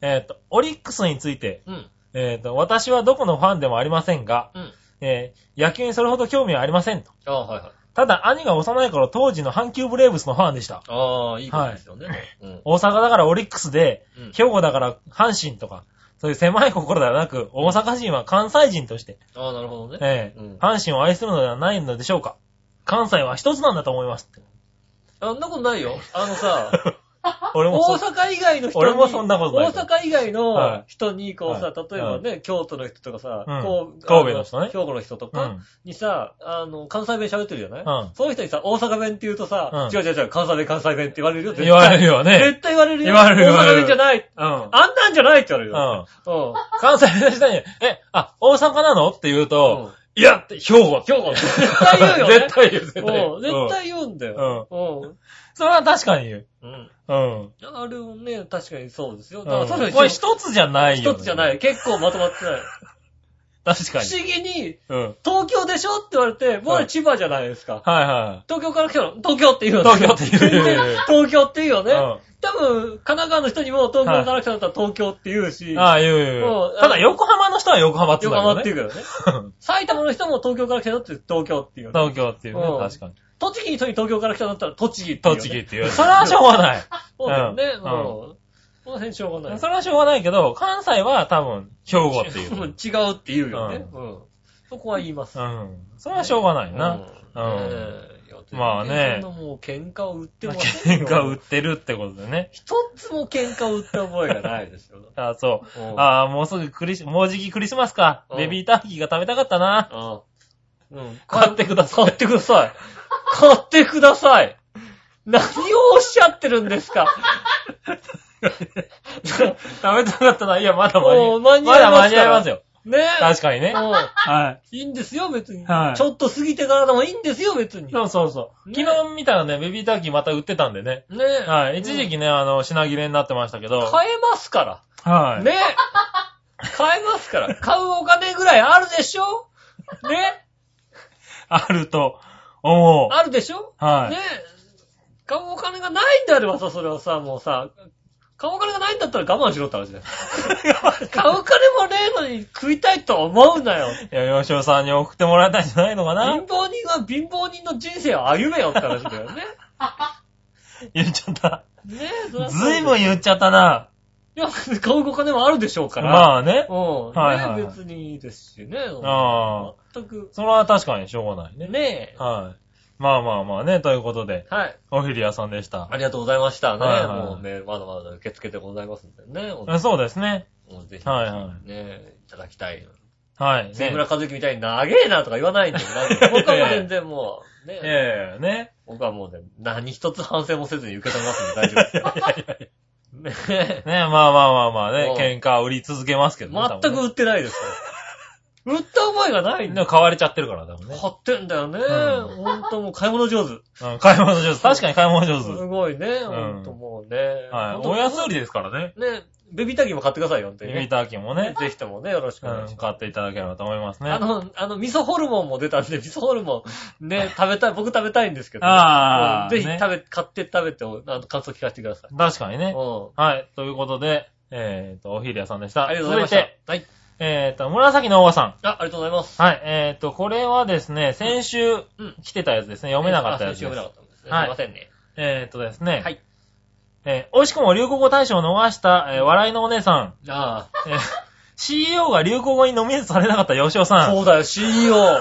S3: えっ、と、オリックスについて、
S2: うん。うん。
S3: えっ、と、私はどこのファンでもありませんが、
S2: うん。
S3: えー野球にそれほど興味はありませんと。
S2: ああ、はいはい。
S3: ただ、兄が幼い頃当時の阪急ブレーブスのファンでした。
S2: ああ、いいことですよね。うん。
S3: 大阪だからオリックスで、
S2: うん
S3: 兵庫だから阪神とか、そういう狭い心ではなく、大阪人は関西人として、
S2: ああ、なるほどね。
S3: ええ
S2: うん
S3: 阪神を愛するのではないのでしょうか。関西は一つなんだと思います。
S2: あんなことないよ。あのさ、
S3: 俺もそ
S2: 大
S3: う。
S2: 阪以外の人に、
S3: 俺もそんなことない
S2: 大阪以外の人に、こうさ、
S3: はい
S2: 例えばね、京都の人とかさ、
S3: うん
S2: こう
S3: 神戸の人
S2: あ
S3: ね
S2: 兵庫の人と
S3: う
S2: か、
S3: ん。
S2: にさ、あの、関西弁喋ってるじゃない、
S3: うん
S2: そういう人にさ、大阪弁って言うとさ、
S3: うん
S2: 違う違う違う、関西弁関西弁って言われるよ。絶対
S3: 言われるよね。
S2: 絶対言われるよ。
S3: 言われる言われ
S2: 大阪
S3: る
S2: 弁じゃない。
S3: うん。
S2: あんなんじゃないって言われるよ。
S3: うん。
S2: うん。
S3: 関西の人に、え、あ、大阪なのって言うと、いや、って兵庫。
S2: 兵庫、絶対言うよ、ね。
S3: 絶対言う、絶対言
S2: う
S3: う。
S2: ん絶対言うんだよ。うん。
S3: うんそれは確かに言う。
S2: うん。
S3: うん。
S2: あれもね、確かにそうですよ。だから、
S3: う
S2: 確
S3: んこ
S2: か
S3: れ
S2: に、
S3: 一つじゃないよ。。
S2: 一つじゃないい。結構まとまってない。
S3: 確か
S2: 不
S3: に。
S2: 思議に、
S3: うん。
S2: 東京でしょって言われて、僕ら千葉じゃないですか。
S3: はいは
S2: 東京から来たの東京って言うよね。
S3: 東京って言う言う言う
S2: 東京って言うよ
S3: い。
S2: ね。
S3: うん
S2: 多分、神奈川の人にも東京から来たんだったら東京って言うし、
S3: ああ、言う言
S2: も
S3: う言
S2: う
S3: う。
S2: あ
S3: ただ、横浜の人は横浜って言
S2: 横
S3: うか
S2: 浜
S3: ら
S2: っ
S3: ね。
S2: て言うけどね。埼玉の人も東京から来たんだって東京って言うよね。
S3: 東京っていうね
S2: うん、
S3: 確かに。
S2: 栃木の人に東京から来たんだったら栃木って言うよね。
S3: 栃木っていう。それはしょうがない。
S2: そうだよね。
S3: う
S2: うんん。この辺しょうがない。
S3: それはしょうがないけど、関西は多分、兵庫っていう。
S2: もう
S3: うん。
S2: 違うって言うよね。うん。そこは言います。
S3: それはしょうがな
S2: う
S3: い
S2: ん
S3: な。うん
S2: ええいや
S3: まあね
S2: そんなもう喧嘩を売っても
S3: 喧嘩売
S2: っ。
S3: っててるってことでね。
S2: 一つも喧嘩を売った覚えがないですよ。
S3: あそう。
S2: うん
S3: ああ、もうすぐクリス、もうじきクリスマスか
S2: う。ん
S3: ベビーターキーが食べたかったな。
S2: うん。うん。
S3: 買ってください
S2: 買ってください。 買ってください。何をおっしゃってるんですか。
S3: 食べたかったな。いや、まだ
S2: もう間に合います
S3: まだ間に合いますよ。
S2: ね
S3: 確かにね。
S2: も
S3: は
S2: う、
S3: い。
S2: いいんですよ、別に。
S3: はい
S2: ちょっと過ぎてからでもいいんですよ、別に。ね
S3: そうそうそう。
S2: ね
S3: 昨日見たらね、ベビーターキーまた売ってたんでね。はい。一時期ね、あの、品切れになってましたけど。
S2: 買えますか
S3: は
S2: ら。
S3: い。
S2: ね買えますから。買うお金ぐらいあるでしょね
S3: あると思う。
S2: あるでしょ
S3: は
S2: ね
S3: い。
S2: 買うお金がないんであればさ、それはさ、もうさ、買うお金がないんだったら我慢しろって話 だよ。買うお金もねえのに食いたいとは思うなよ。
S3: いや、吉尾さんに送ってもらえたんじゃないのかな
S2: 貧乏人は貧乏人の人生を歩めよって話だよ ね。
S3: 言っちゃった。
S2: ねえ、そりゃそうだ
S3: ず
S2: よ
S3: いぶん言っちゃったな。
S2: いや、買うお金もあるでしょうから。
S3: まあね。
S2: うん。
S3: はいはい
S2: ね別にいいですしね。
S3: ああ。
S2: 全く。
S3: それは確かにしょうがないね。
S2: ねえ。
S3: はい。まあまあまあね、ということで、
S2: はい。
S3: おひり屋さんでした
S2: あ。りがとうございましたね。
S3: はいはい
S2: もうね、まだまだ受付でございますんでね。も
S3: あそうですね。
S2: うぜひ、
S3: はいは
S2: ね、いただきたい。
S3: はい。
S2: 杉
S3: ね
S2: 村和樹みたいに長えなとか言わないんだよ。なん か僕はもう全然もう、ね、
S3: ええね。
S2: 僕はもうね、何一つ反省もせずに受け止めますんで大丈夫です。ね
S3: ねまあまあまあまあね
S2: う、ん
S3: 喧嘩売り続けますけどね。多
S2: 全
S3: 分
S2: く
S3: ね。
S2: 売ってないですよ。売った覚えがないんだよ。
S3: でも買われちゃってるから、多分ね。
S2: 買ってんだよね。
S3: う
S2: ほんともう買い物上手。
S3: うん買い物上手。確かに買い物上
S2: す
S3: 手。
S2: ごいね、ほ
S3: ん
S2: んともうね。
S3: はい。
S2: ほん
S3: お
S2: と
S3: 安売りですからね。
S2: ね、ベビータギーも買ってくださいよ、ほんとに
S3: リミー
S2: ね。
S3: ター機もね、
S2: ぜひともね、よろしくお願いし
S3: うん
S2: ます。
S3: 買っていただければと思いますね。
S2: あの、あの、味噌ホルモンも出たんで、味噌ホルモン、ね、食べたい、僕食べたいんですけどね。
S3: ああ
S2: うんぜひ
S3: ね
S2: 食べ、買って食べて、あの感想聞かせてください。
S3: 確かに
S2: う
S3: ね。
S2: ん。
S3: はい。ということで、えっと、おひり屋さんでした。
S2: ありがとうございました。
S3: 続て
S2: はい。
S3: えっと、紫のおばさん。
S2: あ、ありがとうございます。
S3: はい、えっ、ー、と、これはですね、先週
S2: ん
S3: 来てたやつですね、読めなかったや
S2: あ
S3: つ
S2: 先週読め
S3: です。
S2: なかったんですね。
S3: はい
S2: すいませんね。
S3: えっ、ー、とですね、
S2: はい
S3: えー、惜しくも流行語大賞を逃した、えー笑いのお姉 さ
S2: じゃ
S3: ん、えー CEO が流行語にノミネートされなかった吉尾
S2: あ、
S3: さん、
S2: そうだよ、CEO。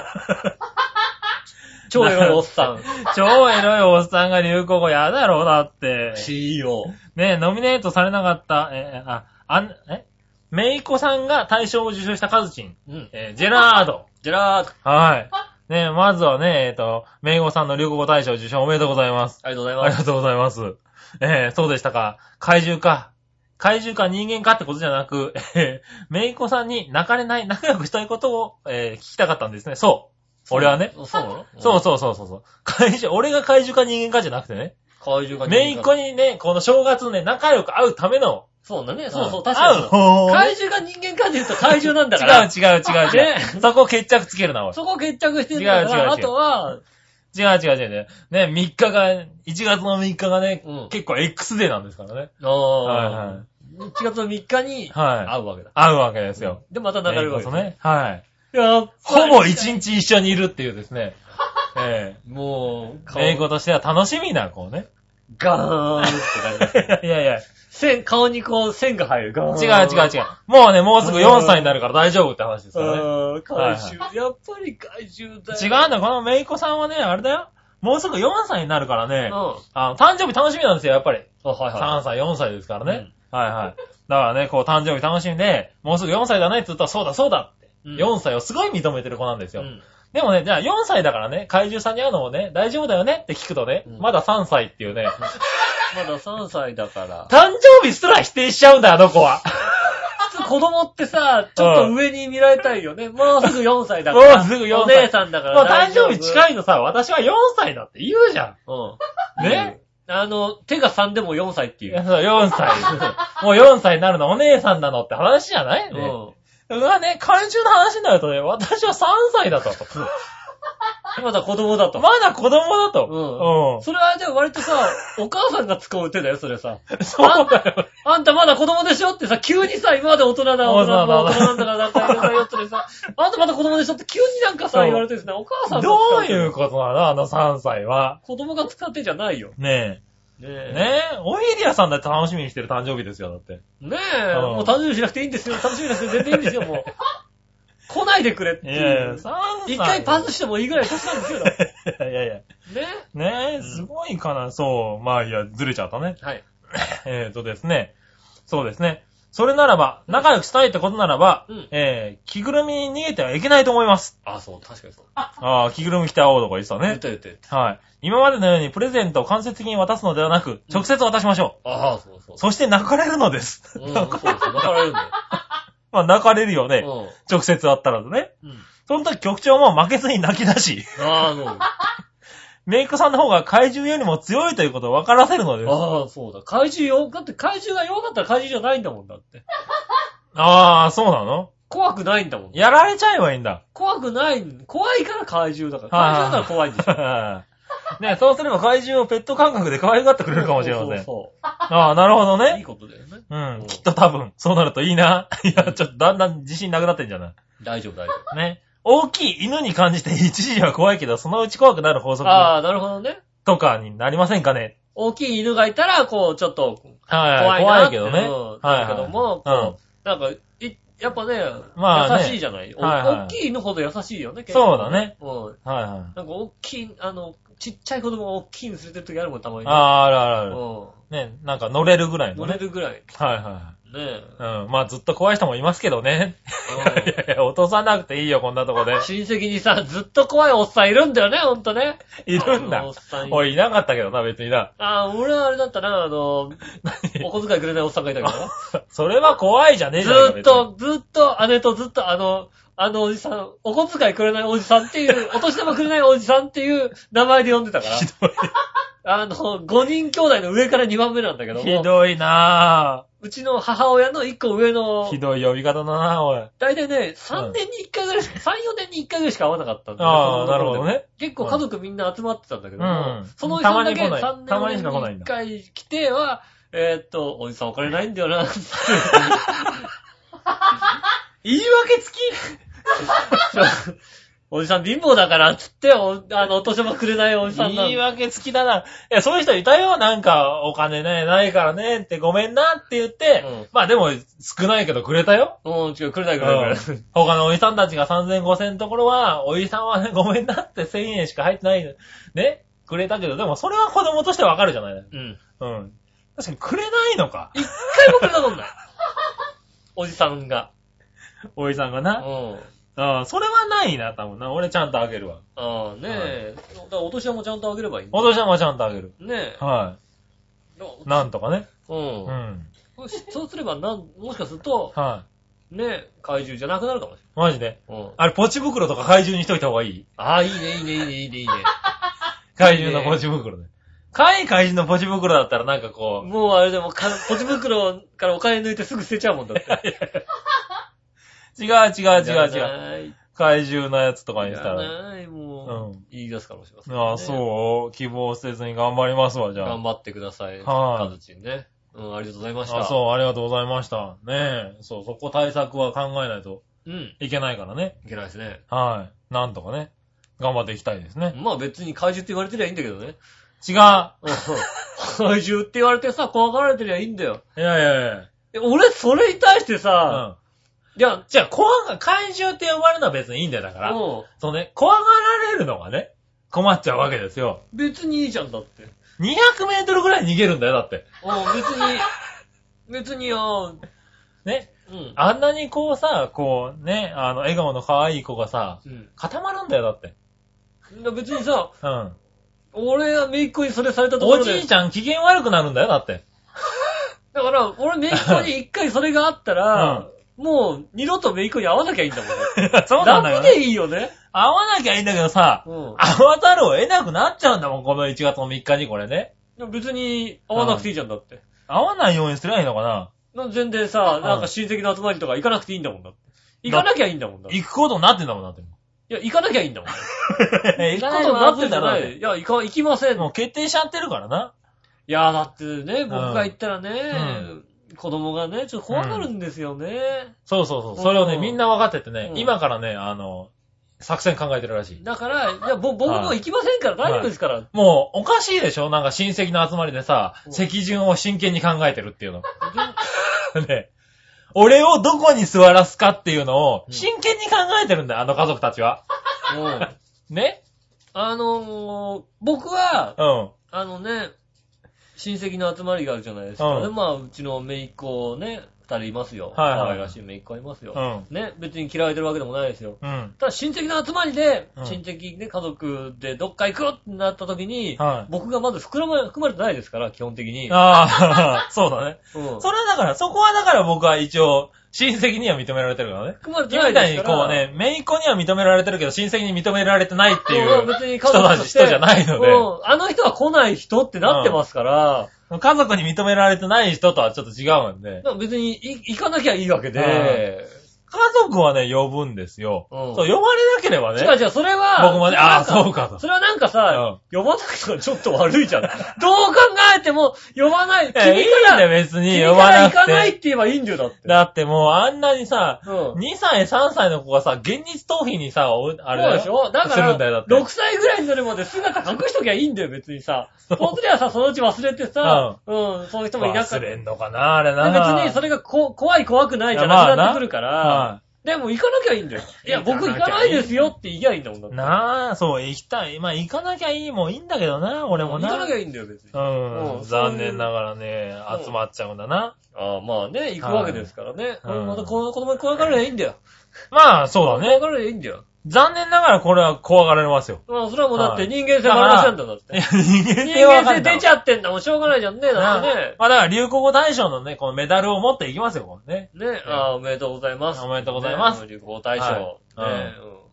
S2: 超エロいおっさん。
S3: 超エロいおっさんが流行語やだろうだって、
S2: CEO。
S3: ね、ノミネートされなかった、えーあ、あん、えメイコさんが大賞を受賞したカズチン、
S2: うん。
S3: えージェラード、
S2: じゃらーと。
S3: はい。ね、まずはね、えっ、と、メイゴさんの流行語大賞受賞おめでとうございます。
S2: ありがとうござい
S3: あ
S2: ま
S3: り
S2: す。
S3: がとうございます。えー、そうでしたか。怪獣か。怪獣か人間かってことじゃなく、えー、メイコさんに泣かれない、仲良くしたいことを、えー聞きたかったんですね。そう。俺はね。
S2: そうなの
S3: そうそうそうそうそう。怪獣、俺が怪獣か人間かじゃなくてね。
S2: 怪獣が人間
S3: メイコにね、この正月ね、仲良く会うための。
S2: そうだね、そうそう、
S3: ん
S2: 確かにそう。怪
S3: 会
S2: 獣が人間かって言うと怪獣なんだか
S3: 違
S2: ら。
S3: う違う違う違う。そこ決着つけるな、おい。
S2: そこ決着してんだか
S3: 違う違う違う
S2: ら、あとは、
S3: 違う違う違う違う。ね、3日が、1月の3日がね、
S2: うん
S3: 結構 X デーなんですからね。
S2: ああ
S3: はいはい
S2: 1月の3日に
S3: は
S2: 会うわけだ
S3: い。。会うわけですよ。
S2: で、また流れるわ
S3: と
S2: け。
S3: ね。はい。
S2: やっぱ
S3: ほ
S2: り
S3: ぼ一日一緒にいるっていうですね。え
S2: もう、
S3: え英語としては楽しみな、こうね。
S2: ガーンって感じだ
S3: いやいやいや。
S2: 線、顔にこう線が入る。ガーン。
S3: 違う違う違う。もうね、もうすぐ4歳になるから大丈夫って話ですからね。
S2: う。ん、怪獣。やっぱり怪獣だよ。
S3: 違うんだ、このめいこさんはね、あれだよ。もうすぐ4歳になるからね
S2: うん。、あ、
S3: あの、誕生日楽しみなんですよ、やっぱり。
S2: はいは
S3: 3歳、4歳ですからね。はいはい。だからね、こう、誕生日楽しみで、もうすぐ4歳だねって言ったら、そうだそうだって。
S2: い。
S3: 4歳をすごい認めてる子なんです
S2: う
S3: よ。
S2: ん。
S3: でもね、じゃあ4歳だからね、怪獣さんに会うのもね、大丈夫だよねって聞くとね、
S2: うん
S3: まだ3歳っていうね、
S2: まだ3歳だから。
S3: 誕生日すら否定しちゃうんだ、あの子は。
S2: 普通子供ってさ、ちょっと上に見られたいよね。もうすぐ4歳だか
S3: も
S2: ら。
S3: うすぐ4歳
S2: お姉さんだか
S3: も
S2: ら
S3: う誕
S2: 大丈夫。
S3: 生日近いのさ、私は4歳だって言うじゃ。
S2: うん
S3: ね、
S2: ん。あの、手が3でも4歳ってい
S3: いや
S2: う。
S3: そう ?4 歳。もう4歳になるのお姉さんなのって話じゃないうね。
S2: ん。
S3: うわね、怪獣の話になるとね、私は3歳だと。
S2: まだ子供だと。
S3: まだ子供だと。
S2: それはでも割とさ、お母さんが使う手だよ、それさ。
S3: うん。そうだよ。
S2: あんたまだ子供でしょってさ、急にさ、今まで大人だ、大人だ、大人なんだからなんかいろいろよってさ、あんたまだ子供でしょって急になんか
S3: そ
S2: さ、
S3: う
S2: 言われてですね、お母さんが
S3: ど
S2: 使
S3: う
S2: 手
S3: いうことなのあの3歳は。
S2: 子供が使ってじゃないよ。
S3: ね
S2: ね
S3: え。
S2: え。
S3: ねえ、オイリアさんだって楽しみにしてる誕生日ですよ、だって。
S2: ね
S3: う
S2: え、
S3: ん
S2: もう楽しみにしなくていいんですよ。楽しみなくて全然いいんですよ、も う。来ないでくれって
S3: い
S2: い
S3: やいや、
S2: う
S3: 3。歳。
S2: 一回パスしてもいいぐらい年なんですよ。 だって
S3: いやいや。
S2: ね
S3: ねえ、
S2: ん
S3: すごいかな、そう。まあいいや、ずれちゃったね。
S2: はい。
S3: えっとですね。そうですね。それならば、仲良くしたいってことならば、
S2: うん
S3: えー、着ぐるみに逃げてはいけないと思います。
S2: あ、そう、確かにそう。
S3: ああ、着ぐるみ着た青とか言ってた
S2: 言っ
S3: ね。
S2: た言った言った。
S3: はい。今までのようにプレゼントを間接的に渡すのではなく、直接渡しましょ。
S2: ああ、そうそうう。
S3: そして泣かれるのです。
S2: うん、そうそう、泣かられるんだ
S3: まあ、泣かれるよね。
S2: よ。
S3: 直接会ったらね。
S2: うん。うん。
S3: その時局長も負けずに泣き出し、
S2: ああ、そう。
S3: メイクさんの方が怪獣よりも強いということを分からせるのです。
S2: ああ、そうだ。怪獣よ、だって怪獣が弱かったら怪獣じゃないんだもんだって。
S3: ああ、そうなの
S2: 怖くないんだもん。
S3: やられちゃえばいいんだ。
S2: 怖くない、怖いから怪獣だから。怪
S3: は
S2: 獣だから
S3: い
S2: 怖いん でしょ。
S3: ねそうすれば怪獣をペット感覚で可愛がってくれるかもしれません。
S2: そ
S3: ああ、なるほど
S2: うそうそう。いい
S3: ね。
S2: ことだよね。
S3: うん
S2: ん、
S3: きっと多分、そうなるといいな。いや、ちょっとだんだん自信なくなってんじゃない
S2: 大丈夫、大丈
S3: ね。大きい犬に感じて一時は怖いけど、そのうち怖くなる法
S2: 夫。
S3: 則
S2: ああ、なるほどね。
S3: とかになりませんかね
S2: 大きい犬がいたら、こう、ちょっと、
S3: は
S2: 怖
S3: い。
S2: いなっ
S3: 怖い
S2: て
S3: け
S2: いう
S3: ど
S2: の
S3: ね。
S2: な
S3: はい。
S2: るけども、
S3: うん
S2: こ。う、なんか、いやっぱね、
S3: まあね
S2: 優しいじゃない、お
S3: はいはい
S2: 大きい犬ほど優しいよね、結
S3: そ
S2: 構
S3: うだね。
S2: うん。
S3: はいはい。
S2: なんか大きい、あの、ちっちゃい子供が大きいに連れてる時あるもん、たまに。
S3: ああ、あるあるある。
S2: う
S3: ね、なんか乗れるぐらい
S2: ん。
S3: の
S2: 乗
S3: ね。
S2: れるぐらい。
S3: はいは
S2: ねえ。
S3: いはい。うん。まあずっと怖い人もいますけどね。
S2: うん
S3: いやいや、落とさなくていいよ、こんなと こで。
S2: 親戚にさ、ずっと怖いおっさんいるんだよね、ほんとね。
S3: い
S2: あ
S3: るん
S2: の
S3: だ
S2: おっ。さんいる
S3: おい、いなかったけどな、別にな。
S2: ああ、俺はあれだったな、あの、お小遣いくれないおっさんがいたからな。
S3: それは怖いじゃねえ
S2: ず
S3: じゃねえか
S2: ーっ。と、ずーっと、姉とずっとあの、あのおじさん、お小遣いくれないおじさんって いう、お年玉くれないおじさんっていう名前で呼んでたから。あの、5人兄弟の上から2番目なんだけど
S3: 別にひ
S2: も、
S3: どいな
S2: うちの母親の1個上の
S3: ぁ。ひ、どい呼び方だなぁ、おい。
S2: 大体ね、3年に1回ぐらいしか、3、4年に1回ぐらいしか会わなかったんだよね
S3: ああ、なるほど。ね。
S2: 結構家族みんな集まってたんだけど
S3: う
S2: も
S3: ん、
S2: そのおじ
S3: た
S2: さ
S3: ま
S2: んだ
S3: に来
S2: け
S3: ない
S2: 3
S3: たまにしか来な
S2: 年
S3: いん
S2: に1
S3: だ
S2: 回来ては、えーっと、おじさんお金ないんだよ な。
S3: 言い訳 つき
S2: おじさん貧乏だからっつって、おあの、お年玉くれないおじさんな
S3: 言い
S2: の。
S3: 訳つきだな。いや、そういう人いたよ。なんか、お金ね、ないからね、ってごめんなって言って、
S2: うん
S3: まあでも、少ないけどくれたよ。
S2: うん、違う、くれな
S3: う
S2: い
S3: ん
S2: くれないくれない。
S3: 他のおじさんたちが3000、5000のところは、おじさんはね、ごめんなって1000円しか入ってないの。ねくれたけど、でもそれは子供としてわかるじゃない
S2: うん。
S3: うん。確かにくれないのか。
S2: 一回もくれたこと ない。おじさんが。
S3: おじさんが
S2: う
S3: な。
S2: ん。
S3: ああ、それはないな、多分な。俺ちゃんとあげるわ。
S2: ああ、ねえ。だからお年玉ちゃんとあげればいいんだ
S3: お年玉ちゃんとあげる。
S2: ね
S3: は
S2: え。
S3: い。なんとかね。
S2: う
S3: うんん。。はい、
S2: これそうすれば、なん、もしかすると、ねえ、怪獣じゃなくなるかもし
S3: マジで。
S2: れない。うん。
S3: あれ、ポチ袋とか怪獣にしといた方がいい
S2: ああ、いいね、いいね、いいね、いいね、いいね。
S3: 怪獣のポチ袋で。かい怪獣のポチ袋だったらなんかこ う、
S2: もうあれでもか、ポチ袋からお金抜いてすぐ捨てちゃうもんだ って。
S3: 違う違う違う
S2: いら
S3: 違う。
S2: ない
S3: 怪獣のやつとか
S2: い
S3: にした
S2: ら
S3: ら。
S2: ない、
S3: う
S2: も
S3: ん
S2: う。言い出すかもしれませんね。
S3: ああ、そう希望せずに頑張りますわ、じゃ
S2: 頑
S3: あ。
S2: 張ってください。
S3: はい
S2: カズチンね。うん、ありがとうございました。
S3: あそう、ありがとうございました。ねえ。そう、そこ対策は考えないと
S2: う。うん。
S3: いけないからね。
S2: いけないですね。
S3: はい。なんとかね。頑張っていきたいですね。
S2: まあ別に怪獣って言われてりゃいいんだけどね。
S3: 違う。いや
S2: うん怪獣って言われてさ、怖がられてりゃいいんだよ。
S3: いやいや。
S2: で俺、それに対して
S3: う
S2: さ、
S3: ん。
S2: いや、
S3: じゃあ、怖が、怪獣って呼ばれるのは別にいいんだよ、だから。
S2: うん
S3: そうね、怖がられるのがね、困っちゃうわけですよ。
S2: 別にいいじゃんだって。うん
S3: 200メートルぐらい逃げるんだよ、だって。
S2: 別に、別によ、
S3: ね。
S2: うん。
S3: あんなにこうさ、こうね、あの、笑顔の可愛い子がさ、
S2: うん
S3: 固まるんだよ、だって。
S2: だから別にさ、
S3: うん。
S2: 俺がめいっ子にそれされたとこ
S3: お
S2: ろで。
S3: じいちゃん機嫌悪くなるんだよ、だって。
S2: だから、俺めいっ子に一回それがあったら、 もう二度とめいっ子に会わなきゃいいんだもんね。
S3: そうなんだよ、
S2: 楽
S3: ね。
S2: でいいよね。
S3: 会わなきゃいいんだけどさ、
S2: うん。
S3: 会わざるを得なくなっちゃうんだもん、この1月の3日にこれね。
S2: でも別に会わなくていいじゃんだって。
S3: 会わないようにすればいいのかな。
S2: なん全然さ、なんか親戚の集まりとか行かなくていいんだもんだって。行かなきゃいいんだもんだって。い
S3: 行くことになってんだもん、だって。
S2: や、行かなきゃいいんだもん。
S3: 行くことになってんだな。だっ
S2: い。いや、行か、行きません。
S3: てもう決定しちゃってるからな。
S2: いや、だってね、僕が行ったらね、子供がね、ちょっと怖がるんですよね。
S3: そうそうそう。それをね、
S2: うん
S3: みんな分かっててね、
S2: うん
S3: 今からね、あの、作戦考えてるらしい。
S2: だから、いや、ぼ僕も行きませんから
S3: はい
S2: 大丈夫ですから。
S3: もう、おかしいでしょなんか親戚の集まりでさ、
S2: うん
S3: 席順を真剣に考えてるっていうの。 ね。俺をどこに座らすかっていうのを、
S2: うん
S3: 真剣に考えてるんだよ、あの家族たちは。
S2: うん
S3: ね
S2: あのー、僕は、
S3: うん。
S2: あのね、親戚の集まりがあるじゃないですか。
S3: うん
S2: で、まあ、うちの姪っ子ね、二人いますよ。
S3: はいはい
S2: 可愛らしい姪っ子いますよ、
S3: うん。
S2: ね、別に嫌われてるわけでもないですよ。
S3: うん。
S2: ただ親戚の集まりで、
S3: うん
S2: 親戚ね、家族でどっか行くってなった時に、
S3: はい
S2: 僕がまず含ま含まれてないですから、基本的に。
S3: ああ、 そうだね。
S2: うん
S3: それはだから、そこはだから僕は一応、親戚には認められてるからね。
S2: 含まれて
S3: 今
S2: ない
S3: みたい
S2: で
S3: に
S2: すから。
S3: こうね、姪っ子には認められてるけど、親戚に認められてないってい
S2: ん別に
S3: う
S2: 家族と
S3: 人た
S2: し
S3: ち、
S2: て
S3: 人じゃないので、
S2: うんあの人は来ない人ってなってますから、
S3: 家族に認められてない人とはちょっと違うんで、
S2: まあ別にい行かなきゃいいわけで、
S3: 家族はね、呼ぶんですよ。
S2: うん
S3: そう、呼ばれなければね
S2: 違、う違う、それは、
S3: 僕もね、ああ、そう
S2: か。
S3: かと。
S2: それはなんかさ、呼ばなくてもちょっと悪い じゃん。どう考えても、呼ばない。君か
S3: いやいいんだ
S2: ら、
S3: よ、別に
S2: 君
S3: 呼
S2: か
S3: ば
S2: ら
S3: な
S2: 行か
S3: く。
S2: ないってて言えばいいんだよ、だって。
S3: だってもう、あんなにさ、
S2: うん。
S3: 2歳、3歳の子がさ、現実逃避にさ、おあれ
S2: そうでしょだか
S3: するんだよ、だ
S2: ら、
S3: って。
S2: 6歳ぐらいになるまで姿隠しときゃいいんだよ、別にさ。
S3: そう
S2: 本当にはさ、そのうち忘れてさ、うん、そういう人もいなか
S3: 忘
S2: った。
S3: れ
S2: で
S3: んのかな、あれな。
S2: 別にそれがこ怖い怖くないじゃ
S3: いやま
S2: な
S3: あ
S2: くな
S3: な
S2: ってくるから、
S3: は
S2: でも行かなきゃいいんだよ。いや、
S3: 行かな
S2: 僕
S3: きゃいい
S2: 行かないですよって言いやいいんだもんだっ
S3: い。
S2: て。
S3: なあ、そう、行きたい。まあ、行かなきゃいいもんいいんだけどな、俺も
S2: 行
S3: な。
S2: かなきゃいいんだよ、別に。
S3: う
S2: うん
S3: ん。
S2: そういう
S3: 残念ながらね
S2: うん、
S3: 集まっちゃうんだな。
S2: ああ、まあね、行くわけですからね。こ
S3: はい
S2: れま
S3: う
S2: た
S3: ん
S2: この子供に怖がらればいいんだよ。
S3: まあ、そうだ
S2: 怖
S3: ね。
S2: がらればいいんだよ。
S3: 残念ながらこれは怖がられますよ。
S2: まあ、それはもうだって
S3: はい
S2: 人間性の話なんだ、だっ
S3: いや
S2: て。
S3: 人間
S2: 人
S3: 性はわ
S2: 間
S3: か
S2: 性
S3: んない
S2: 出ちゃってんだもん、しょうがないじゃんね、だ
S3: な
S2: っ
S3: あ
S2: てね。
S3: まあだから流行語大賞のね、このメダルを持っていきますよ、これね。
S2: ね、ああ、おめでとうございます。
S3: おめでとうございます
S2: ね。流行大賞。ね
S3: はい
S2: うん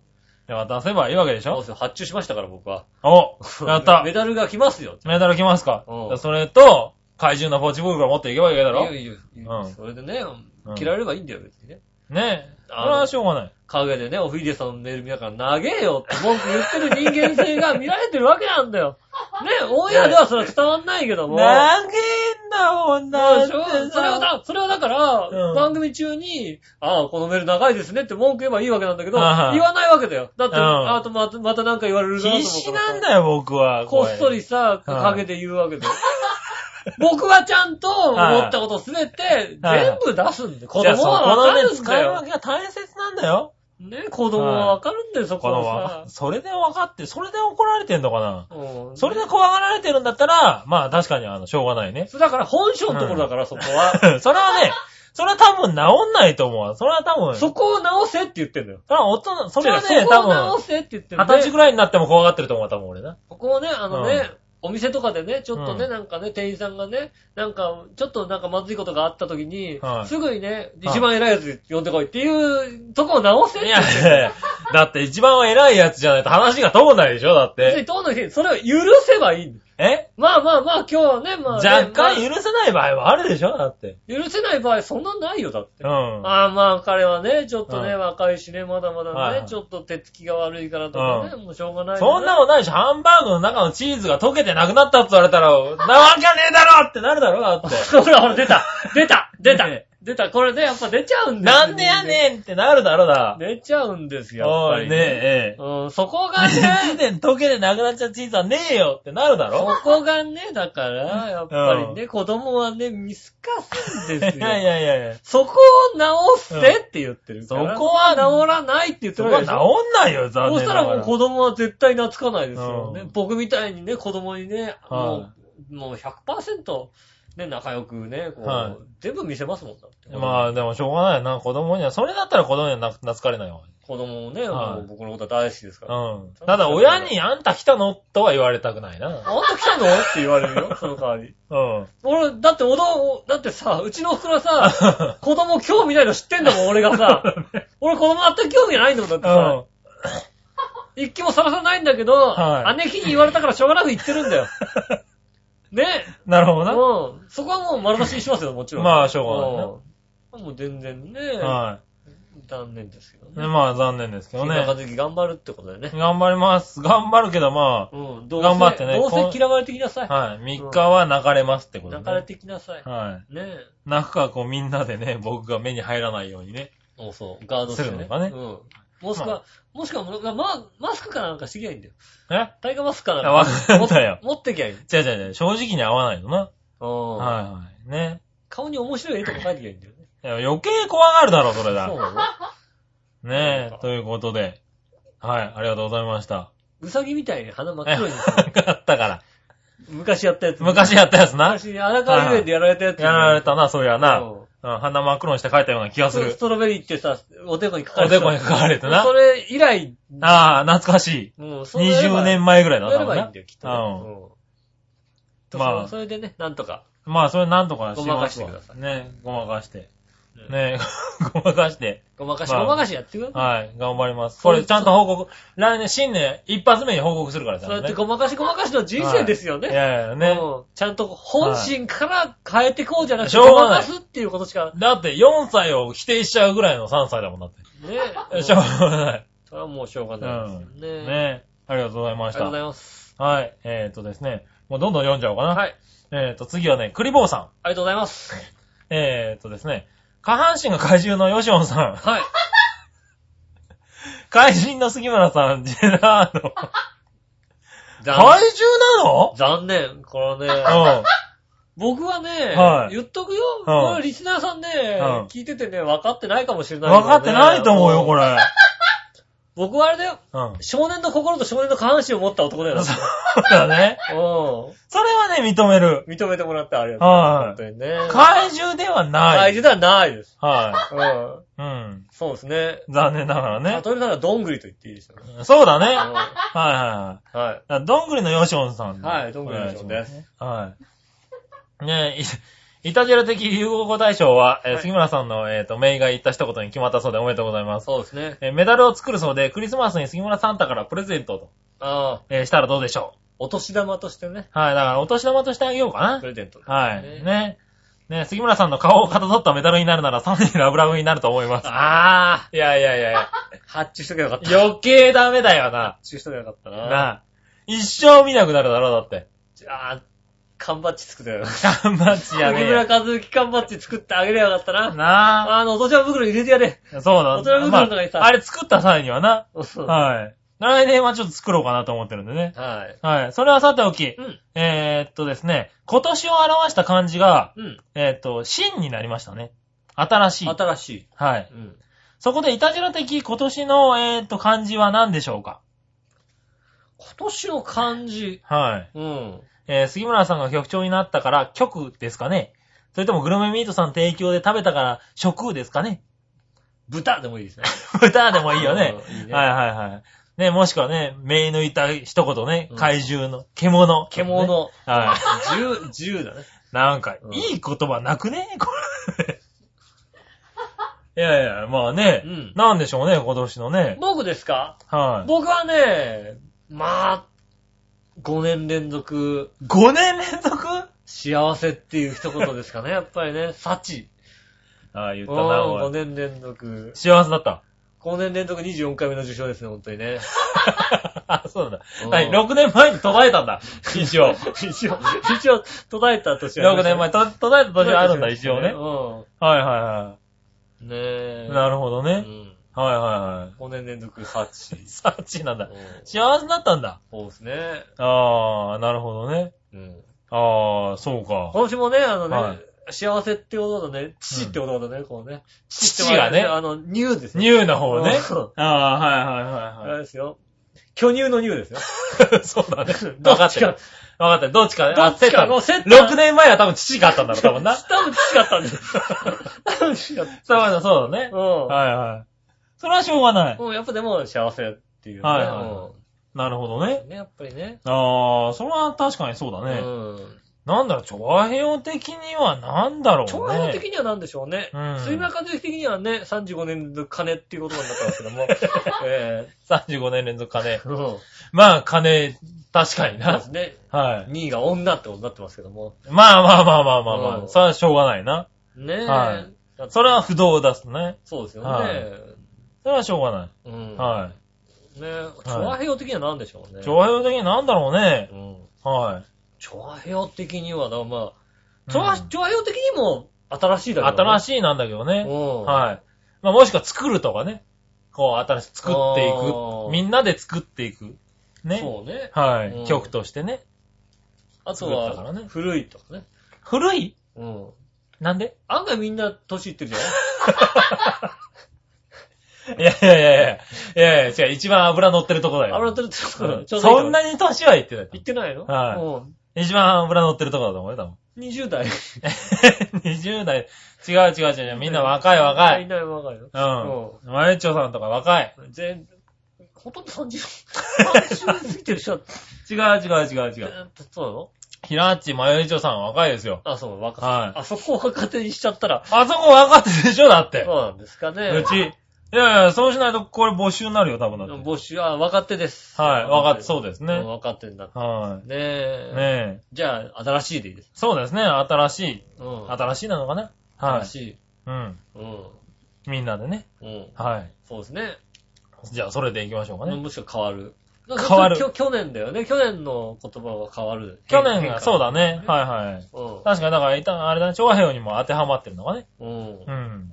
S3: で渡せばいいわけでし
S2: そうで
S3: ょ
S2: すよ、発注しましたから僕は。
S3: おやった
S2: メダルが来ますよ。
S3: メダル来ますか
S2: うん
S3: じゃあそれと、怪獣のポチ袋持っていけばいいわけだろ
S2: いやいやいや
S3: うん
S2: それでね
S3: う、ん
S2: 嫌われればいいんだよ、別にね。
S3: ねえ。そ
S2: あの
S3: れはしょうがない。
S2: 陰でね、オフィリエさんのメール見ながら、長えよって文句言ってる人間性が見られてるわけなんだ よ。ね、オンエアではそれは伝わんないけども。
S3: げえんだもん
S2: そうで
S3: そ
S2: しょそれはだ、それはだから、
S3: うん
S2: 番組中に、ああ、このメール長いですねって文句言えばいいわけなんだけど、言
S3: はいはい
S2: わないわけだよ。だって、
S3: うん
S2: ああとまた、またなんか言われるなと思
S3: 必
S2: ったら
S3: 死なんだよ、僕は。
S2: こっそ
S3: れ。
S2: りさ、
S3: うん
S2: 陰で言うわけだよ。僕はちゃんと思ったことすべて、
S3: はい
S2: 全部出すんだよ。子
S3: じゃあ
S2: 供
S3: そう
S2: はわかる
S3: このね、
S2: んだ
S3: 使い
S2: よ
S3: 分。けが大切なんだよ。
S2: ね、子供はわかるんだよ、そこ
S3: この
S2: は
S3: わ
S2: さ、。
S3: それで分かって、それで怒られてんのかな
S2: うん
S3: それで怖がられてるんだったら、まあ確かにあの、しょうがないね。
S2: それだから本性のところだから、そこは。
S3: それはね、それは多分治んないと思うわ。それは多分、
S2: そこを直せって言ってんだよ。
S3: それは大人、それは
S2: 違う
S3: ね、
S2: そこ
S3: 多
S2: を直
S3: 分、
S2: せって言ってんだ
S3: 二
S2: よ
S3: 十歳ぐらいになっても怖がってると思うわ、多分俺な。
S2: ここをね、あのね、
S3: うん
S2: お店とかでね、ちょっとね、
S3: うん
S2: なんかね、店員さんがね、なんか、ちょっとなんかまずいことがあった時に、
S3: はい
S2: すぐにね、
S3: はい
S2: 一番偉いやつ呼んでこいっていうとこを直せっ
S3: い
S2: て
S3: や、い やいやだって一番偉いやつじゃないと話が通んないでしょ、だ っ
S2: 別に
S3: て。
S2: 当の日、それを許せばいいんだよ
S3: え
S2: まあまあまあ、今日はね、まあね、
S3: 若干許せない場合はあるでしょ、だって。
S2: まあ許せない場合、そんなんないよ、だって。
S3: うん。
S2: ああまあ、彼はね、ちょっとね、
S3: うん
S2: 若いしね、まだまだね、
S3: はいはい
S2: ちょっと手つきが悪いからとかね、もうしょうがないよね、
S3: そんなのないし、ハンバーグの中のチーズが溶けてなくなったって言われたら、なわけねえだろってなるだろ、 だって。
S2: ほらほら、出た出た出た
S3: ね
S2: 出たこれね、やっぱ出ちゃうんですよ
S3: なんでやねんってなるだろ、だ。
S2: 出ちゃうんですよ、やっ
S3: お
S2: ぱ
S3: い
S2: り
S3: ねえ、え
S2: うん、そこが
S3: え。
S2: ね
S3: 以、前溶けてなくなっちゃうチーズはねえよってなるだ
S2: そ
S3: ろ。
S2: こがね、だから、やっぱりね、子供はね、見透かすん
S3: い
S2: で
S3: や
S2: す
S3: い
S2: よ。
S3: やいやいや。
S2: そこを直せって言ってるから。
S3: そこは
S2: 直らないって言って
S3: そ
S2: る
S3: こ
S2: わ
S3: は
S2: け
S3: 治
S2: でし
S3: ん
S2: ょ
S3: ないよ、残
S2: そ
S3: 念
S2: した
S3: なが
S2: ら
S3: ら。
S2: もう子供は絶対懐かないですよね。
S3: うん
S2: 僕みたいにね、子供にね、も
S3: は
S2: う、もう100%、ね、仲良くね、こう、
S3: はい
S2: 全部見せますもんだって。
S3: まあ、でもしょうがないよな、子供には。それだったら子供にはな懐かれないわ。
S2: 子供もね、
S3: はい
S2: もう僕のことは大好きですから。
S3: うん。ただ、親にあんた来たのとは言われたくないな。
S2: あんた来たのって言われる よ、その代わり。
S3: うん。
S2: 俺、だっておど、だってさ、うちのおふくろさ、 子供興味ないの知ってんだもん、俺がさ。俺子供全く興味ないんだもん、だって
S3: うん
S2: さ。。一気もさらさないんだけど、
S3: はい
S2: 姉貴に言われたからしょうがなく言ってるんだ よ。ね
S3: なるほどな。
S2: うん。そこはもう丸出しにしますよ、もちろん。
S3: まあしょうがないね
S2: うんもう全然ね、
S3: は
S2: 残念ですけど
S3: い。ね
S2: ね。
S3: まあ残念ですけど
S2: 木
S3: ね。
S2: 村和樹頑張るってことだよね。
S3: 頑張ります。頑張るけどま
S2: うん。どうせ
S3: 頑張ってね
S2: ど
S3: こ
S2: う
S3: う
S2: せ嫌われてきなさい。
S3: あ、はい。3日は泣かれますってこと
S2: 泣か
S3: ね。
S2: れてきなさい。
S3: は
S2: ねえ。
S3: い。泣くかこうみんなでね、僕が目に入らないようにね。
S2: そうそう。ガードして
S3: する
S2: ね。
S3: のかね
S2: うん。もしく
S3: ま
S2: は、もしくはもう、ま、マスクかなんかしてきゃいいんだよ。
S3: え
S2: タイガーマスクかなん
S3: いやわ
S2: か。
S3: かんないよ
S2: 持ってきゃいい。うん。
S3: 違う違う違う。正直に合わないのな。はいはい。ね。
S2: 顔に面白い絵とか描いてきゃいいんだよね。
S3: いや余計怖がるだろ、それ
S2: そう
S3: だ。
S2: なの
S3: ねえ。ということで。はい。ありがとうございました。
S2: うさぎみたいに鼻真っ黒にする。
S3: 分かったから。
S2: 昔やったやつ。
S3: 昔やったやつな。
S2: 昔に荒川遊園でやられたやつ。
S3: やられたな、そういやな。
S2: うん
S3: うん、鼻真っ黒にして書いたような気がす
S2: そう
S3: る
S2: ス。トロベリーってさ、おでこにかか
S3: お
S2: るで
S3: で
S2: しょ。
S3: こに書かれてな
S2: そ。れ以来、
S3: ああ、懐かし
S2: もう
S3: い。20年前ぐらいだ
S2: だや
S3: った
S2: れ
S3: もん
S2: ばいいん
S3: ね
S2: だ。よ、きっとね。うん。
S3: ま
S2: ま
S3: あ
S2: あ、それでね、なんとか。
S3: まあ、それなんとか
S2: ごまかしてください
S3: ね、ごまかして。
S2: うん
S3: ね、 ごまかして。
S2: ごまかし、
S3: まあ
S2: ごまかしやってください。
S3: はい、頑張ります。
S2: そ
S3: こ
S2: う
S3: れちゃんと報告、来年新年一発目に報告するからちゃん
S2: そう
S3: と
S2: やって。
S3: ね
S2: ごまかしごまかしの人生ですよ
S3: い
S2: ね。
S3: やいやね。
S2: うんちゃんと本心から変えてこうじゃなくて、
S3: しょう
S2: ご
S3: が
S2: ま
S3: ない
S2: かすっていうことしか、
S3: だって4歳を否定しちゃうぐらいの3歳だもんだって。
S2: ね。
S3: しょうがない。
S2: それはもうしょうがないですよね。あ
S3: ねありがとうございま
S2: り
S3: し
S2: がとうござい
S3: た。
S2: ます。
S3: はい。えっ、とですね。もうどんどん読んじゃおうかな。
S2: はい。
S3: えっ、と、次はね、クリボーさん。
S2: ありがとうございます。
S3: えっ、とですね。下半身が怪獣のヨシオンさん。
S2: はい。
S3: 怪人の杉村さん、ジェラ ード。怪
S2: 残
S3: 獣
S2: 残念。これ
S3: な
S2: ね、
S3: のうん。
S2: 僕はね、
S3: はい
S2: 言っとくよ。
S3: ん
S2: これリスナーさんね、
S3: ん
S2: 聞いててね、分かってないかもしれない、
S3: 分かってないと思うよ、こ
S2: れ。
S3: れ。
S2: 僕はあれだよ。
S3: うん。
S2: 少年の心と少年の下半身を持った男だよ。
S3: そうだね。
S2: う
S3: それはね、認める。
S2: ん。認めてもらってありがとう。
S3: は
S2: 本
S3: い。
S2: 当にね。
S3: 怪獣ではな
S2: 怪
S3: い。
S2: 獣ではないです。
S3: は
S2: うん。
S3: い。うん。
S2: そうですね。
S3: 残念ながらね。
S2: 例えるならどんぐりと言っていいですよね。
S3: そうだね。はい
S2: は。
S3: はい
S2: はい
S3: はい。どんぐりのよしおんさん。
S2: はいどんぐりのよしおんです。
S3: はい。ねえ、いイタジェラ的流行語大賞は、えー
S2: はい
S3: 杉村さんの、えっ、と、名が言った一言に決まったそうでおめでとうございます。
S2: そうですね。
S3: えーメダルを作るそうで、クリスマスに杉村サンタからプレゼントをと、
S2: ああ、
S3: えーしたらどうでしょ
S2: お年玉としてね、
S3: う。はい、だからお年玉としてあげようかな
S2: プ。レゼントですね。
S3: はい。ね。ね、杉村さんの顔をかたどったメダルになるなら、サンデーラブラブになると思い ます。
S2: あ
S3: いやいやいやいや
S2: あ、発注しとけばよかった。発
S3: 余計ダメだよな。
S2: 注しとけばよかったな。
S3: なあ。一生見なくなるだろ、だって。
S2: ああ、缶バッジ作ってよかった。
S3: 缶バッジ や
S2: 杉
S3: べえ
S2: 村
S3: よ。
S2: 和之缶バッジ作ってあげればよかったな。
S3: なあ。
S2: あの、お年玉袋入れてやれ。
S3: そうなん
S2: 大人袋の中にさ
S3: まああれ作った際にはな。
S2: は
S3: はい。来年はちょっと作ろうかなと思ってるんでね。
S2: い。
S3: はい。それはさておき
S2: う、ん。
S3: えーっとですね、今年を表した漢字が、
S2: うん。
S3: えーっと、新になりましたね。新しい。
S2: 新しい。
S3: はい。
S2: うん。
S3: そこで、いたじら的今年の、えー、と、漢字は何でしょうか
S2: 今年の漢字。
S3: はい。
S2: うん。
S3: えー、杉村さんが局長になったから、局ですかねそれとも、グルメミートさん提供で食べたから、食ですかね
S2: 豚でもいいですね。
S3: 豚でも いいよね。
S2: うんいいね
S3: はいはいはい。ね、もしくはね、目抜いた一言ね
S2: う、ん
S3: 怪獣の、獣。
S2: 獣。
S3: ね。は い。
S2: 銃、銃 だね。
S3: なんか
S2: う、ん
S3: いい言葉な くねこれ。いやいや、まあね
S2: うん、
S3: なんでしょうね、今年のね。
S2: 僕ですか
S3: はい。
S2: 僕はね、まあ、5年連続
S3: 5年連続あ
S2: 幸せっていう一言ですか ね、やっぱりね。幸。
S3: あ、言
S2: うん
S3: ったな、
S2: 5
S3: おい
S2: 年連続。
S3: 幸せだった。
S2: 5年連続24回目の受賞ですね、本当にね。
S3: あ、そうだ。
S2: うん
S3: はい、6年前に途絶えたんだ。一応。
S2: 一応、一応、途絶えた年はあり
S3: 6
S2: ました
S3: 年
S2: ね
S3: 前、と途絶えた年はあるんだ、一応ね。
S2: う
S3: はいは
S2: ん。ねえ
S3: いはい。。なるほど
S2: う
S3: ね。
S2: ん。
S3: はいはいはい。
S2: 5年連続幸。
S3: サーチなんだ
S2: う。ん
S3: 幸せだったんだ。
S2: そうですね。
S3: ああ、なるほどね。
S2: うん。
S3: ああ、そうか。
S2: 今週もね、あのね、
S3: はい
S2: 幸せってことだね、父ってことだね、こうね。
S3: 父
S2: って
S3: が
S2: ことだ
S3: ね、
S2: あの、乳ですよ。
S3: ニューな 方ね
S2: うん。
S3: ああ、はい
S2: あ
S3: はいは
S2: れですよ。巨乳の乳ですよ。
S3: いはい。 そうだね。
S2: ど
S3: 分か
S2: っ
S3: っ
S2: ち
S3: てる。
S2: か
S3: 分かってる。どっちかね。
S2: どっちかの
S3: あ
S2: セ
S3: セ
S2: ット
S3: ットだ。6年前は多分父があったんだろう、多分 な。
S2: 多分違ったんだよ。多分違った。
S3: そうだねそうだね。
S2: う
S3: はいはい。それはしょうがない
S2: ん。。もうやっぱでも幸せっていうね。
S3: はいはなるほどね
S2: う。んね、やっぱりね。
S3: ああ、それは確かにそうだね。
S2: うん。
S3: なんだろう、調和平的にはなんだろうね。
S2: 調和表的には何でしょうね。
S3: うん
S2: 水村和之的にはね、35年の金っていう言葉になったんですけ ども。え
S3: 35年連続金
S2: え。うん。
S3: まあ、金、確か
S2: そう
S3: に
S2: で
S3: な
S2: す。ね。
S3: はい。
S2: 2位が女ってことになってますけども。
S3: まあまあまあまあまあまあ、
S2: うん
S3: それはしょうがないな。
S2: ねえ。
S3: はい
S2: だって
S3: それは不動だっすね。
S2: そうですよね。
S3: はいそれはしょうがない。
S2: うん。。
S3: はい
S2: ね調和表的には何でしょうね。
S3: い。調和平的にはなんだろうね
S2: う。ん。
S3: は
S2: 調和表的には、だからま
S3: う
S2: あ、
S3: ん
S2: 調和、調和表的にも新しい
S3: い。
S2: だけど、
S3: 新
S2: し
S3: しいなんだけど
S2: い
S3: ね。
S2: うん。
S3: はい。まあ、もしくは作るとかね。こう、新しく作ってい
S2: あー
S3: く。みんなで作っていく。ね。
S2: そうね。
S3: は
S2: うん
S3: い。曲としてね。
S2: あと
S3: 作った
S2: は、
S3: からね
S2: 古いとかね。
S3: 古い
S2: うん。
S3: なんで
S2: 案外みんな年いってるじゃない
S3: いやいやいやいや、いやいや、違う、一番油乗ってるとこだよ。
S2: あれってるってこと
S3: う
S2: だ
S3: ん
S2: よちょうどいい
S3: そん
S2: な
S3: なに年はいってない。
S2: 言ってないの
S3: はい
S2: うん。
S3: 一番油乗ってるとこだと思うよ、多分。
S2: 20代。
S3: 20代。違う違う違う違う。みんな若い若
S2: い
S3: い。
S2: ない若いよ。
S3: うん。マユッチョさんとか若い。
S2: うん。全、ほとんど30、30過ぎてる人だっ
S3: 違う違う違う違
S2: た
S3: う。。
S2: そうなの
S3: ひなっち、マユッチョさんは若いですよ。
S2: あ、そう、若い。
S3: はい。
S2: あそこを若手にしちゃったら、
S3: あそこ若手でしょだって。
S2: そうなんですかね。
S3: うち。いやいや、そうしないとこれ募集になるよ、多分だって。
S2: 募集、あ、若手です。
S3: はい、若手、そうです
S2: うね。
S3: ね。
S2: 若手になった。
S3: は
S2: ね
S3: い。
S2: え。
S3: ねえ。
S2: じゃあ、新しいでいいです。
S3: そうですね、新しい。
S2: うん。
S3: 新しいなのかな
S2: 新
S3: はい。
S2: しい。
S3: うん。
S2: うん。
S3: みんなでね。
S2: うん。
S3: はい。
S2: そうですね。
S3: じゃあ、それで行きましょうかね。
S2: もしくは変わる。
S3: 変わる
S2: きょ去年だよね。去年の言葉は変わる。
S3: 去年
S2: 変化
S3: が、そうだね。はいはい。確かに、だから、一旦あれだね、長平にも当てはまってるのがね。
S2: うん。うん。ね
S3: うん。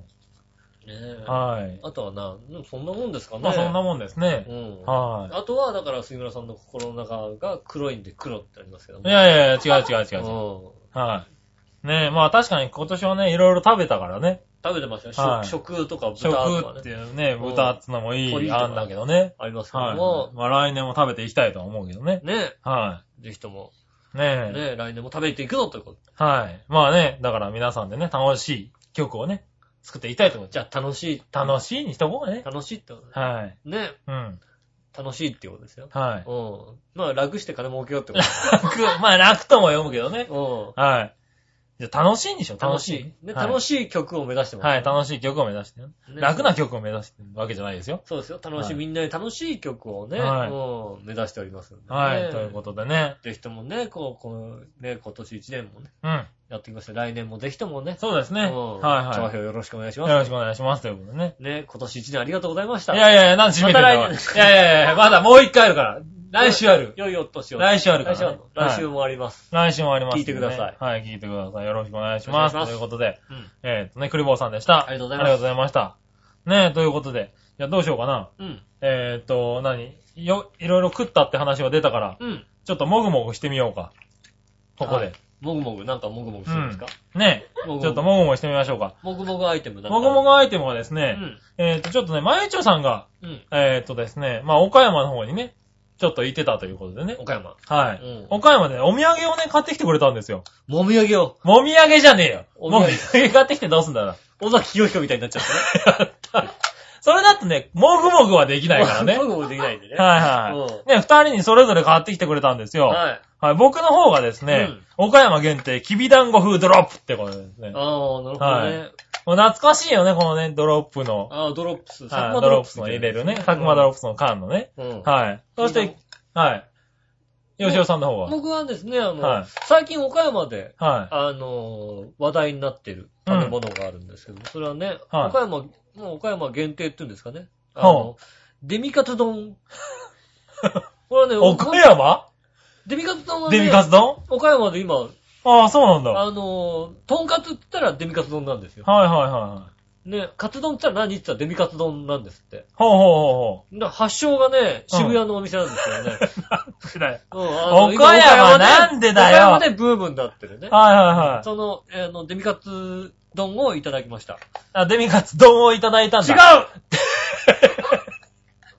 S2: え
S3: はい。
S2: あとはな、うんそんなもんですかね。
S3: まあ、そんなもんですね。
S2: うん。
S3: は
S2: あとは、だから杉村さんの心の中が黒いんで黒ってありますけど
S3: い。
S2: も。
S3: いやいやいや、違う違う違
S2: う
S3: う違う。
S2: ん。
S3: はい。ねえ、まあ確かに今年はね、いろいろ食べたからね。
S2: 食べてましたよ
S3: は
S2: 食。
S3: い
S2: 食とか豚と
S3: 食
S2: か
S3: って
S2: ね。
S3: いうね、
S2: うん
S3: 豚っつのもいい案だけどね。
S2: ありますけど
S3: は
S2: も
S3: い。。まあ来年も食べていきたいとは思うけどね。
S2: ね
S3: は
S2: ぜひとも、
S3: い。ねえ。
S2: ね来年も食べていくぞということ。
S3: はい。まあね、だから皆さんでね、楽しい曲をね、作っていきたいと思う。
S2: じゃあ楽しい。
S3: 楽しいにしとこうね。
S2: 楽しいってことね
S3: はい。
S2: ね。
S3: うん。
S2: 楽しいってことですよ。
S3: はい。
S2: うん。まあ、楽して金儲けようってこ
S3: 楽、 まあ楽とも読むけどね。
S2: と。うん。
S3: はい。じゃあ楽しいにしよう。楽
S2: 楽
S3: し
S2: し
S3: い。
S2: い。ね、楽
S3: し
S2: しい曲を目指して
S3: い。
S2: ます。
S3: はい、楽しい曲を目指してね。
S2: ね
S3: 楽な曲を目指してるわけじゃないですよ。
S2: そうですよ。楽し、
S3: はいい
S2: みんなで楽しい曲をね、
S3: はい
S2: うん、目指しておりますんで、ね。。
S3: はい。ということとでね。
S2: ぜひともね、こう、こう、ね、今年1年もね、
S3: うん。
S2: やってきました。来年もぜひともね、
S3: そうですね。
S2: う
S3: は
S2: ん
S3: い
S2: 調
S3: はい
S2: 和。よろしくお願いし
S3: よ
S2: ま
S3: ろ
S2: す。
S3: しくお願いします。ということでね。
S2: ね、今年1年ありがとうございまし
S3: い
S2: た。
S3: やいやいや、なんで閉めてんだ
S2: また来
S3: よ。
S2: 年
S3: いやいやいや、まだもう一回あるから。来週ある。
S2: 良いお年を。
S3: 来週あるか
S2: 来
S3: ら
S2: 週
S3: ね、
S2: あるの来週もあります。
S3: はい。来週もあります、
S2: 聞いてください。
S3: はい、聞いてください。よろしくお願いします。
S2: お願いします
S3: ということで、
S2: うん
S3: えっ、とね、クリボーさんでした。
S2: ありがとうございます
S3: ありがとうございました。ねえ、ということで、じゃあどうしようかな。
S2: うん。
S3: えっ、と、何よ、いろいろ食ったって話が出たから、
S2: うん。
S3: ちょっともぐもぐしてみようか。ここで。
S2: はいもぐもぐ、なんかもぐもぐするんですか、
S3: ね
S2: もぐも
S3: え、
S2: ぐ
S3: ちょっともぐもぐしてみましょうか。
S2: もぐもぐアイテムなんか。
S3: もぐもぐアイテムはです
S2: う
S3: ね、
S2: ん。
S3: えっ、と、ちょっとね、まゆちょさんが、
S2: うん。
S3: えっ、とですね、まあ、岡山の方にね、ちょっと行ってたということでね。
S2: 岡山。
S3: はい。
S2: うん
S3: 岡山でねお土産をね、買ってきてくれたんですよ。
S2: もみあげを。
S3: もみあげじゃねえよ。
S2: お
S3: も
S2: 土
S3: み
S2: 産
S3: あげ買ってきてどうすんだよな。
S2: 小崎清彦みたいになっちゃったね。
S3: それだとね、もぐもぐはでき ないからね。
S2: 僕 もできないんでね。
S3: はいはい。ね、二人にそれぞれ買ってきてくれたんですよ。はい。
S2: はい。
S3: 僕の方がですね、岡山限定、きび団子風ドロップってことですね。
S2: ああ、なるほどね。
S3: もう懐かしいよね、このね、ドロップの。
S2: ああ、ドロップス。サ
S3: はい、ドロップス
S2: み
S3: の
S2: たい
S3: 入
S2: な
S3: れ
S2: やつ
S3: るね。サクマドロップスの缶のね。
S2: うん。
S3: はい。そし
S2: いい
S3: て
S2: な、
S3: はい。吉尾さんの方は。
S2: 僕はですね、あ
S3: はい
S2: の、最近岡山で、
S3: は
S2: あの、話題になってる食べ物があるんですけども、それはね、
S3: はい
S2: 岡山、もう岡山限定って言うんですかね。あ
S3: ほ。
S2: の、デミカツ丼。これはいね、
S3: 岡山
S2: デミカツ丼は
S3: デミカ
S2: ね、
S3: ツ丼
S2: 岡山で今、
S3: ああ、そうなんだ。はい
S2: あの、トンカツって言ったらデミカツ丼なんですよ。
S3: はいはいはい。
S2: ね、カツ丼って言ったら何って言ったらデミカツ丼なんですって。
S3: ほうほうほ
S2: だから発祥がね、渋谷のお店なんですよ ね。
S3: うほう。はい
S2: うんあの
S3: 岡山
S2: 今ね
S3: なんでだよ
S2: 岡山でブームになってるね。
S3: はいはい。
S2: その、あの、デミカツ丼をいただきました。
S3: あ、デミカツ丼をいただいたんだ。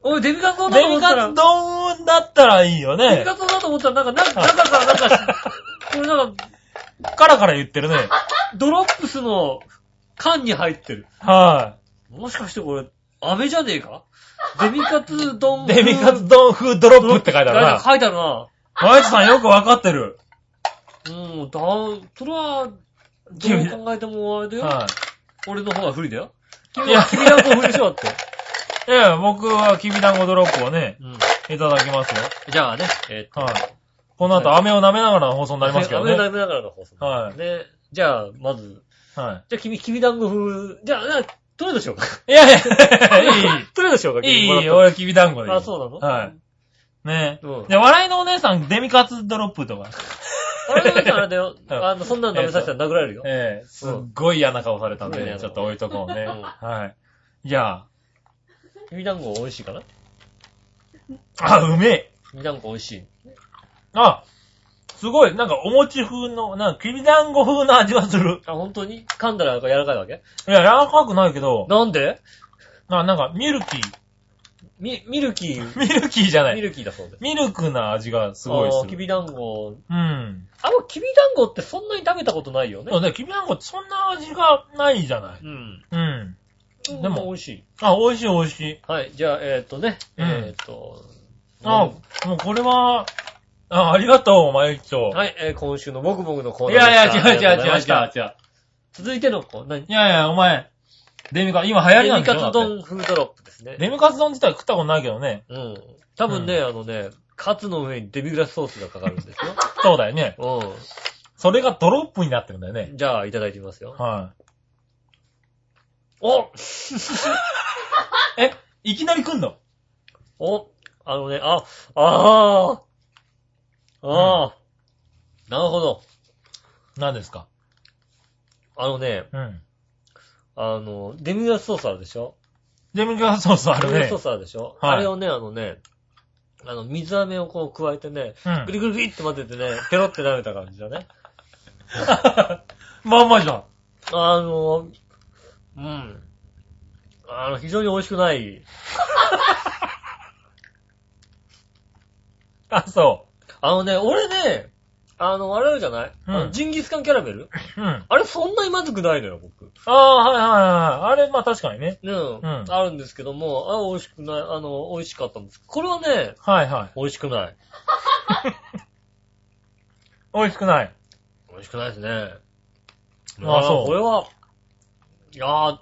S2: おい、デミカツ丼だと
S3: デ
S2: 思
S3: ミ
S2: った
S3: カ
S2: ら
S3: ツ、丼だったらいいよ
S2: デミ
S3: ね。
S2: カツ丼だと思ったら、なんか、な中からなんか、 これなんか、
S3: カラカラ言ってるね。
S2: ドロップスの缶に入ってる。
S3: は
S2: もしかしてこれ、アメじゃねえかデミカツ丼
S3: い。。デミカツ丼風ドロップって書いてあるな。
S2: 書いてあるな。
S3: マイチさんよくわかってる。
S2: うん、だ、それは、どう考えてもあれだよ。
S3: は
S2: 俺の方が不利だよ。
S3: い。いや、
S2: 君はこう不利しようって。
S3: いや、僕はきびだんごドロップをね、
S2: うん。
S3: いただきますよ。
S2: じゃあね、えーっと、
S3: はい。この後、飴を舐めながらの放送になりますけどね。
S2: ダ
S3: は
S2: メながらの放送。
S3: はい
S2: ね。じゃあ、まず、
S3: い。
S2: じゃあ、君、君団子風、じゃあ、じゃあどれでしょうか
S3: いやい やいや、
S2: どれでしょうか
S3: いい。いい、いい、
S2: 君もらっ
S3: 俺きびだんごでいい。
S2: あそうなの
S3: はい。ねえ
S2: うん。
S3: じゃあ、笑いのお姉さん、デミカツドロップとか。
S2: たあれだよ、あれだ よ。
S3: うん
S2: あの、そんなの舐めさせたら殴られるよ。
S3: ええ、すっごい嫌な顔されたんで
S2: う
S3: ね
S2: ん、
S3: ちょっと置いとこうね。
S2: うん
S3: はい。じゃあ、
S2: 君団子美味しいかな
S3: あ、うめえ
S2: 君団子美味しい。
S3: あ、すごい、なんかお餅風の、なんかきびだんご風の味がする。
S2: あ、本当に噛んだら柔らかいわけ
S3: いや、柔らかくないけど、
S2: なんで
S3: あ、なんかミルキー。
S2: み、ミルキー、
S3: ミルキーじゃな
S2: ミ
S3: い。
S2: ルキーだそうです。
S3: ミルクな味がすごい
S2: あ
S3: す
S2: ーき
S3: る。
S2: びだんご。
S3: うん。
S2: あの、きびだんごってそんなに食べたことないよね
S3: そ。うね、きびだんごってそんな味がないじゃない。
S2: うん。
S3: うん。でも
S2: 美味しい。
S3: あ、美味しい美味しい。
S2: はい、じゃあ、えーっとね、
S3: うん
S2: えーっと、
S3: あ、もうこれは、あ、ありがとう、マユキチョ。
S2: はい、えー今週のもぐもぐのコー
S3: い
S2: ナーで
S3: やい
S2: した。
S3: や、違う違う違う違
S2: 違
S3: う
S2: う。
S3: 違う。
S2: 続いてのコーナー、
S3: いやいや、お前、デミカ、今流行り
S2: デ
S3: なん
S2: ミ
S3: でし
S2: カ
S3: ょ
S2: ツ丼風ドロップです
S3: だって
S2: ね。
S3: デミカツ丼自体食ったことないけどね。
S2: うん。多分ね、あのね、カツの上にデミグラスソースがかかるん です
S3: そうだよね。
S2: よ。
S3: それがドロップになってるんだよ
S2: う
S3: ね。
S2: ん。じゃあ、いただいてみますよ。
S3: は
S2: お
S3: い。え、いきなり来んの
S2: おあのね、あ、ああああ、なるほど。
S3: 何ですか
S2: あのね、
S3: うん。
S2: あの、デミグラスソースあるでしょ
S3: デミグラスソースあ
S2: デ
S3: る
S2: ミグラ
S3: ね
S2: スソ。ースあるでしょ、
S3: はい
S2: あれをね、あのね、あの、水飴をこう加えてね、
S3: う
S2: ぐ
S3: ん。
S2: りぐりぐりって混ぜてね、ペロって舐めた感じだね。
S3: まんまじゃん。
S2: あの、うん。あの、非常に美味しくない。
S3: あ、そ
S2: あのね、俺ね、あの、あれあるじゃない、
S3: うん
S2: あのジンギスカンキャラメル
S3: う。うん。あ
S2: あれそんなにまずくないのよ、僕。
S3: あー、はいはいはい。あれ、まあ確かにね。
S2: ね、うん
S3: ん
S2: あるんですけども、あれ美味しくない、あの、美味しかったんです。これはね、
S3: はいはい。
S2: 美味しくない。
S3: 美味しくない。
S2: 美味しくないですね。
S3: あそう
S2: これは、いやー、い